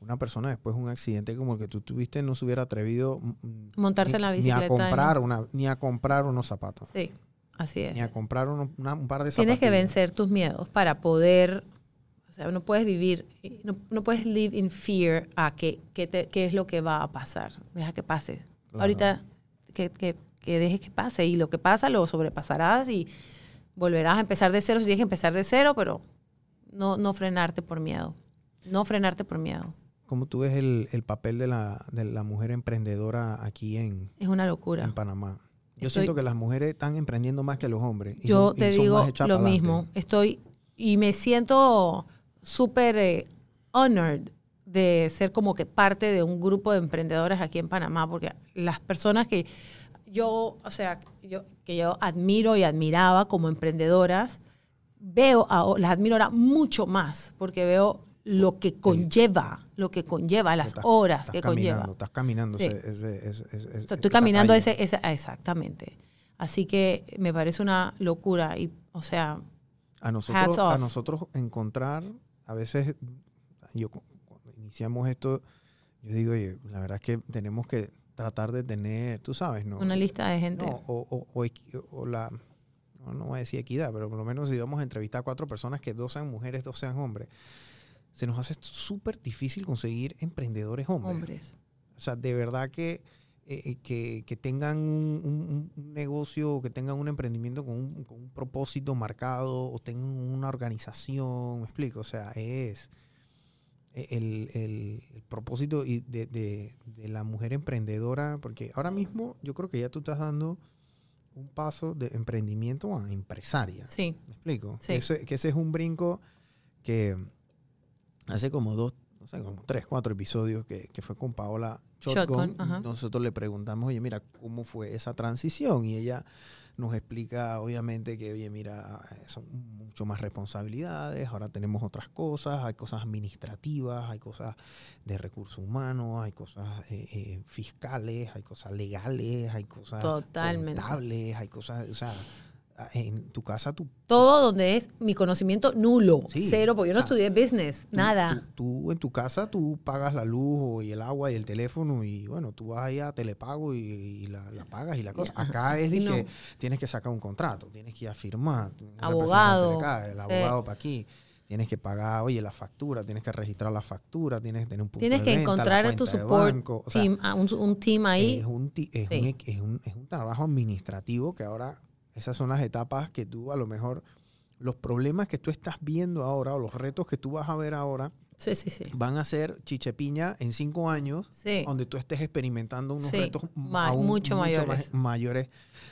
B: una persona después de un accidente como el que tú tuviste no se hubiera atrevido mm,
C: Montarse
B: ni,
C: en la
B: ni
C: bicicleta,
B: a
C: ¿no?
B: comprar una, ni a comprar unos zapatos,
C: sí, así es.
B: ni a comprar uno- una- un par de zapatos.
C: Tienes que vencer tus miedos para poder, o sea, no puedes vivir, no, no puedes live in fear a qué que te- qué es lo que va a pasar. Deja que pase.
B: Claro.
C: Ahorita que, que, que dejes que pase y lo que pasa lo sobrepasarás y volverás a empezar de cero si tienes que empezar de cero, pero no, no frenarte por miedo. No frenarte por miedo.
B: ¿Cómo tú ves el, el papel de la, de la mujer emprendedora aquí en,
C: Es una locura.
B: en Panamá? Yo
C: Estoy-
B: siento que las mujeres están emprendiendo más que los hombres. y
C: Yo
B: son- y
C: te
B: son
C: digo
B: más echadas
C: lo
B: pa'lante.
C: mismo. Estoy y me siento súper eh, honored de ser como que parte de un grupo de emprendedoras aquí en Panamá, porque las personas que yo, o sea, yo, que yo admiro y admiraba como emprendedoras, veo, aho- las admiro ahora mucho más, porque veo lo que conlleva, lo que conlleva, las
B: Estás-
C: horas
B: estás
C: que
B: caminando,
C: conlleva.
B: Estás caminando.
C: Sí.
B: ese- ese- ese- ese-
C: O sea,
B: esa
C: estoy caminando
B: calle.
C: ese, esa- ah, exactamente. Así que me parece una locura y, o sea,
B: A nosotros,
C: Hats
B: a
C: off.
B: nosotros encontrar, a veces, yo cu- cuando iniciamos esto, yo digo, oye, la verdad es que tenemos que tratar de tener, tú sabes, ¿no?
C: una lista de gente.
B: No, o, o- o equi- o la, no, no voy a decir equidad, pero por lo menos si vamos a entrevistar a cuatro personas, que dos sean mujeres, dos sean hombres, se nos hace súper difícil conseguir emprendedores hombres.
C: hombres.
B: O sea, de verdad que, eh, eh, que, que tengan un, un- un negocio, o que tengan un emprendimiento con un, con un propósito marcado o tengan una organización, me explico. O sea, es e- el, el- el propósito y de, de- de la mujer emprendedora, porque ahora mismo yo creo que ya tú estás dando un paso de emprendimiento a empresaria.
C: Sí,
B: ¿Me explico?
C: Sí.
B: Que, ese, que ese es un brinco que hace como dos, no sé, como tres, cuatro episodios que, que fue con Paola Shotgun.
C: Shotgun, ajá.
B: Nosotros le preguntamos, oye, mira, ¿cómo fue esa transición? Y ella nos explica, obviamente, que, oye, mira, son mucho más responsabilidades, ahora tenemos otras cosas, hay cosas administrativas, hay cosas de recursos humanos, hay cosas eh, eh, fiscales, hay cosas legales, hay cosas
C: Totalmente.
B: contables, hay cosas, o sea, en tu casa tú
C: todo donde es mi conocimiento nulo,
B: Sí,
C: cero, porque yo no
B: o sea,
C: estudié business,
B: Tú-
C: nada.
B: Tú, tú en tu casa tú pagas la luz o- y el agua y el teléfono y bueno, tú vas ahí a telepago y, y la, la pagas y la cosa. Acá es
C: aquí
B: dije,
C: no.
B: tienes que sacar un contrato, tienes que ir a firmar. un representante de
C: Abogado,
B: acá, el
C: sí.
B: abogado para aquí. Tienes que pagar, oye, la factura, tienes que registrar la factura, tienes que tener un punto
C: Tienes
B: de
C: que
B: venta, la
C: encontrar a tu
B: cuenta de
C: support
B: banco, o sea,
C: team, a un, un team ahí.
B: es un, ti- es,
C: Sí.
B: un, equ- es un- es un trabajo administrativo que ahora, esas son las etapas que tú a lo mejor, los problemas que tú estás viendo ahora o los retos que tú vas a ver ahora,
C: sí, sí, sí.
B: van a ser chichepiña en cinco años,
C: Sí,
B: donde tú estés experimentando unos
C: Sí,
B: retos
C: ma-
B: aún
C: mucho
B: más
C: mayores.
B: mayores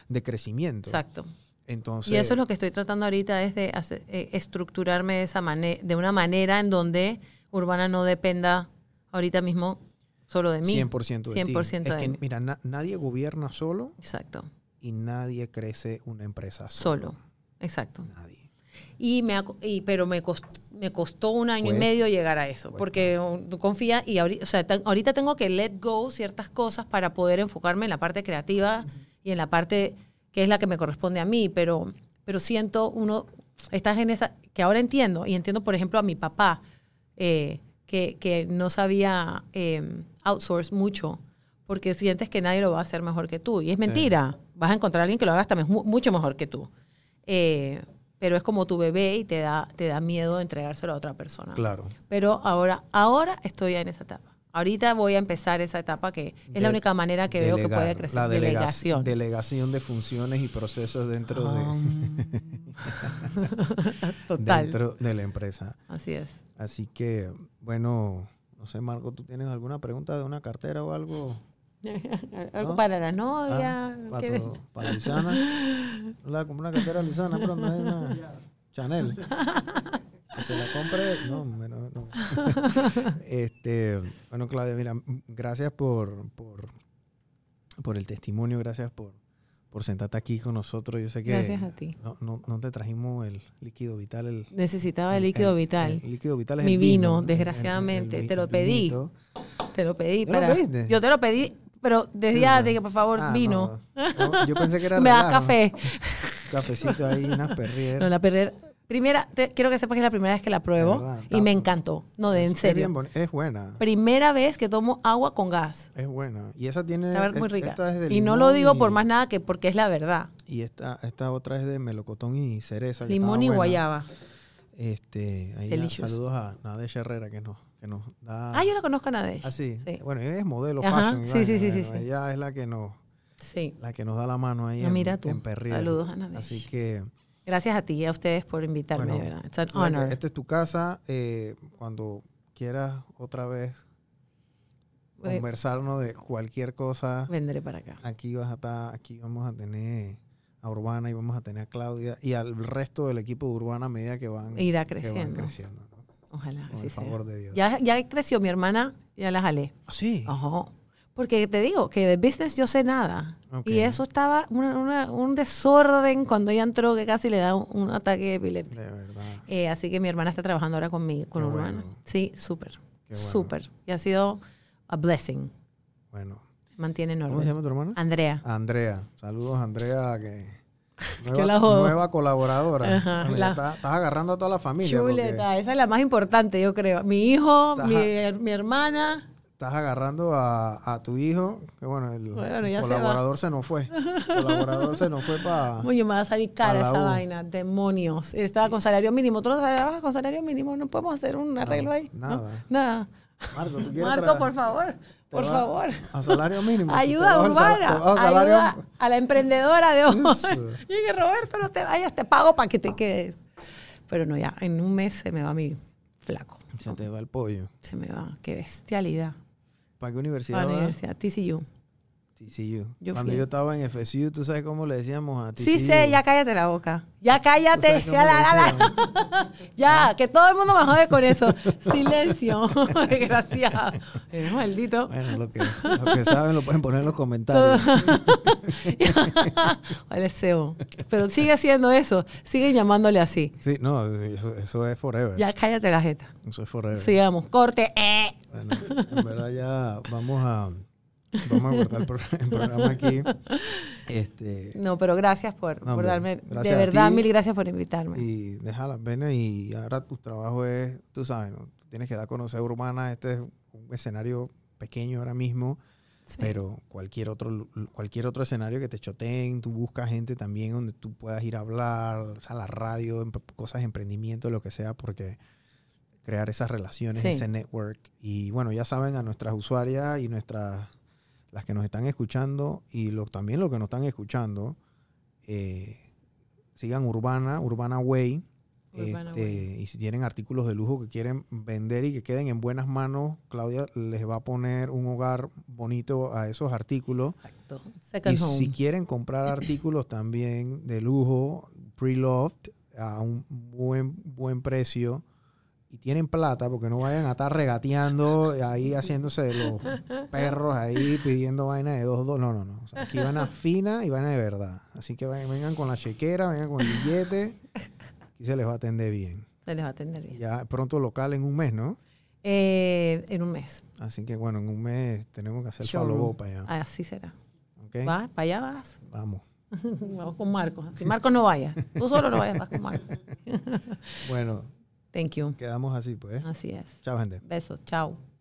B: de crecimiento.
C: exacto.
B: Entonces,
C: Y eso es lo que estoy tratando ahorita es de hacer- eh, estructurarme de esa mane- de una manera en donde Urbana no dependa ahorita mismo solo de mí.
B: 100% de ti.
C: 100%
B: Es
C: de
B: que,
C: mí.
B: mira, na- nadie gobierna solo
C: Exacto,
B: y nadie crece una empresa
C: solo.
B: solo.
C: Exacto.
B: Nadie.
C: Y me, aco- y- pero me costó, me costó un año y
B: Cuesta.
C: medio llegar a eso,
B: Cuesta.
C: porque um, tú confías y ahorita, o sea, tan- ahorita tengo que let go ciertas cosas para poder enfocarme en la parte creativa y en la parte que es la que me corresponde a mí, pero, pero siento uno, estás en esa, que ahora entiendo, y entiendo por ejemplo a mi papá, eh, que, que no sabía eh, outsource mucho, porque sientes que nadie lo va a hacer mejor que tú, y es mentira, vas a encontrar a alguien que lo haga hasta meju- mucho mejor que tú. Eh, pero es como tu bebé y te da, te da miedo entregárselo a otra persona.
B: Claro.
C: Pero ahora, ahora estoy en esa etapa. Ahorita voy a empezar esa etapa que es la
B: De-
C: única manera Ah, que veo que
B: Delegar,
C: puede crecer.
B: La delega-
C: delegación.
B: Delegación de funciones y procesos dentro,
C: Ah.
B: de,
C: Total.
B: dentro de la empresa.
C: Así es.
B: Así que, bueno, no sé, Marco, ¿tú tienes alguna pregunta de una cartera o algo?
C: Algo
B: ¿No?
C: para la
B: Ah,
C: novia.
B: para,
C: ¿qué?
B: tu- para Lisana. No le voy a comprar una cartera a Lisana, pero no es una Chanel. Que se la compre. No, hombre, no, no. Este, bueno, Claudia, mira, m- gracias por, por, por el testimonio, gracias por, por sentarte aquí con nosotros. Yo sé que
C: Gracias a ti.
B: No, no, no te trajimos el líquido vital, el
C: Necesitaba el líquido
B: el-
C: vital.
B: el líquido vital es
C: Mi
B: el
C: vino,
B: vino,
C: desgraciadamente.
B: vi-
C: Te lo pedí.
B: vinito.
C: Te lo pedí
B: ¿Ya lo
C: para.
B: pediste?
C: Yo te lo pedí, pero
B: Sí,
C: desde
B: o sea.
C: de que por favor
B: Ah,
C: vino.
B: no, no. Yo pensé que era
C: Me das
B: relajo.
C: café.
B: Cafecito ahí, unas perrieras.
C: No, la perrera. Primera, te- quiero que sepas que es la primera vez que la pruebo
B: De verdad,
C: y me
B: está-
C: encantó. No, de en
B: Es bien
C: serio.
B: boni- es buena.
C: Primera vez que tomo agua con gas.
B: Es buena. Y esa tiene.
C: Está ver-
B: Eh, es-
C: muy rica.
B: esta es de
C: y no
B: limón
C: lo digo
B: y- Ah,
C: por más nada que porque es la verdad.
B: Y esta, esta otra es de melocotón y cereza. que
C: Limón
B: estaba
C: y
B: buena.
C: guayaba.
B: Este, ahí
C: Delicious.
B: saludos a Nadesh Herrera que nos, que nos da.
C: Ah, yo la conozco a Nadej.
B: Ah, sí.
C: Sí.
B: Bueno, ella es modelo
C: Ajá.
B: fashion. y
C: Sí,
B: vaina,
C: sí, sí, sí,
B: bueno,
C: sí.
B: Ella es la que nos,
C: Sí.
B: la que nos da la mano ahí
C: Ah,
B: en,
C: mira tú.
B: en perrier.
C: Saludos a Nadesh.
B: Así que.
C: Gracias a ti y a ustedes por invitarme,
B: Bueno,
C: de verdad. It's an
B: tú sabes que
C: honor.
B: Esta es tu casa. eh, cuando quieras otra vez
C: Eh,
B: conversarnos de cualquier cosa.
C: Vendré para acá.
B: aquí vas a estar, aquí vamos a tener a Urbana y vamos a tener a Claudia y al resto del equipo de Urbana a medida que van
C: Irá
B: que van
C: creciendo.
B: creciendo, ¿no?
C: Ojalá,
B: Con
C: así
B: el
C: sea.
B: favor de Dios.
C: Ya, ya creció mi hermana, ya la jalé.
B: Ah, sí.
C: Ajá. Porque te digo que de business yo sé nada.
B: Ok.
C: Y eso estaba una- una- un desorden cuando ella entró que casi le da un, un ataque de
B: De
C: epilepsia.
B: verdad.
C: Eh, así que mi hermana está trabajando ahora conmigo, con
B: Qué
C: Urbana.
B: bueno.
C: Sí, súper.
B: Qué bueno.
C: Súper. Y ha sido a blessing.
B: Bueno.
C: Mantiene
B: ¿Cómo se
C: enorme.
B: llama tu hermana?
C: Andrea.
B: Andrea. Saludos, Andrea, que nueva,
C: la jodo.
B: nueva colaboradora.
C: Ajá,
B: Bueno, ya
C: la-
B: está- estás agarrando a toda la familia.
C: Chuleta, esa es la más importante, yo creo. Mi hijo,
B: Ajá.
C: mi, her- mi hermana.
B: porque Estás agarrando a, a tu hijo, que bueno, el
C: Bueno, ya se va.
B: colaborador se, nos fue. El colaborador se nos fue para...
C: Coño, me va a salir cara
B: A la
C: esa
B: U.
C: vaina. Demonios. Estaba con salario mínimo. Tú no trabajas con salario mínimo. No podemos hacer un arreglo ahí. ¿no?
B: nada.
C: Nada.
B: Marco, ¿tú quieres
C: Marco,
B: tra-
C: por favor. Por
B: va-
C: favor.
B: A salario mínimo. tú te
C: Ayuda
B: bajas el sal- te
C: urbana.
B: bajas el salario-
C: Ayuda a la emprendedora de hoy.
B: Eso.
C: Y que Roberto, no te vayas. Te pago para que te quedes. Pero no, ya. En un mes se me va mi flaco.
B: Se te va el pollo.
C: Se me va. Qué bestialidad.
B: ¿Para qué universidad?
C: Para la
B: vas?
C: universidad. TCU.
B: TCU.
C: Yo
B: Cuando
C: fui.
B: yo estaba en FSU, ¿tú sabes cómo le decíamos a TCU?
C: Sí sé, ya cállate la boca. Ya
B: ¿Tú sabes
C: cállate.
B: cómo
C: Ya, la,
B: le
C: la, la.
B: decíamos?
C: Ya, que todo el mundo me jode con eso. Silencio, desgraciado. Eres maldito.
B: Bueno, lo que, lo que saben lo pueden poner en los comentarios.
C: Vale, Seo. Pero sigue haciendo eso. Sigue llamándole así.
B: Sí, no, eso, eso es forever.
C: Ya cállate la jeta.
B: Eso es forever.
C: Sigamos. Corte. eh.
B: Bueno, en verdad ya vamos a, vamos a cortar el, pro- el programa aquí. Este,
C: No, pero gracias por,
B: No, hombre,
C: por darme.
B: gracias
C: de
B: a
C: verdad,
B: ti.
C: mil gracias por invitarme.
B: y deja las venas y ahora tu trabajo es, tú sabes, ¿no? Tú tienes que dar a conocer a Urbana, este es un escenario pequeño ahora mismo,
C: Sí.
B: pero cualquier otro, lu- cualquier otro escenario que te choteen, tú buscas gente también donde tú puedas ir a hablar, o sea, la radio, em- cosas, emprendimiento, lo que sea, porque crear esas relaciones,
C: Sí.
B: ese network. Y bueno, ya saben a nuestras usuarias y nuestras las que nos están escuchando y lo, también los que nos están escuchando, eh, sigan Urbana, Urbana Way.
C: Urbana
B: este,
C: Way.
B: Y si tienen artículos de lujo que quieren vender y que queden en buenas manos, Claudia les va a poner un hogar bonito a esos artículos.
C: Exacto.
B: Y
C: Second home.
B: si quieren comprar artículos también de lujo, pre-loved, a un buen, buen precio, y tienen plata, porque no vayan a estar regateando ahí haciéndose los perros ahí pidiendo vaina de dos dólares. No, no, no. O sea, aquí van a fina y van a de verdad. Así que ven- vengan con la chequera, vengan con el billete. Aquí se les va a atender bien.
C: Se les va a atender bien.
B: Ya pronto local en un mes, ¿no?
C: Eh, en un mes.
B: Así que bueno, en un mes tenemos que hacer
C: Showroom.
B: follow-up para allá.
C: Así será.
B: ¿ok?
C: ¿Vas? ¿Para allá vas?
B: Vamos.
C: Vamos con Marcos. Si Marcos no vaya, tú solo no vayas, vas con Marcos.
B: Bueno,
C: Thank you.
B: quedamos así pues.
C: Así es.
B: Chao, gente.
C: Besos. Chao.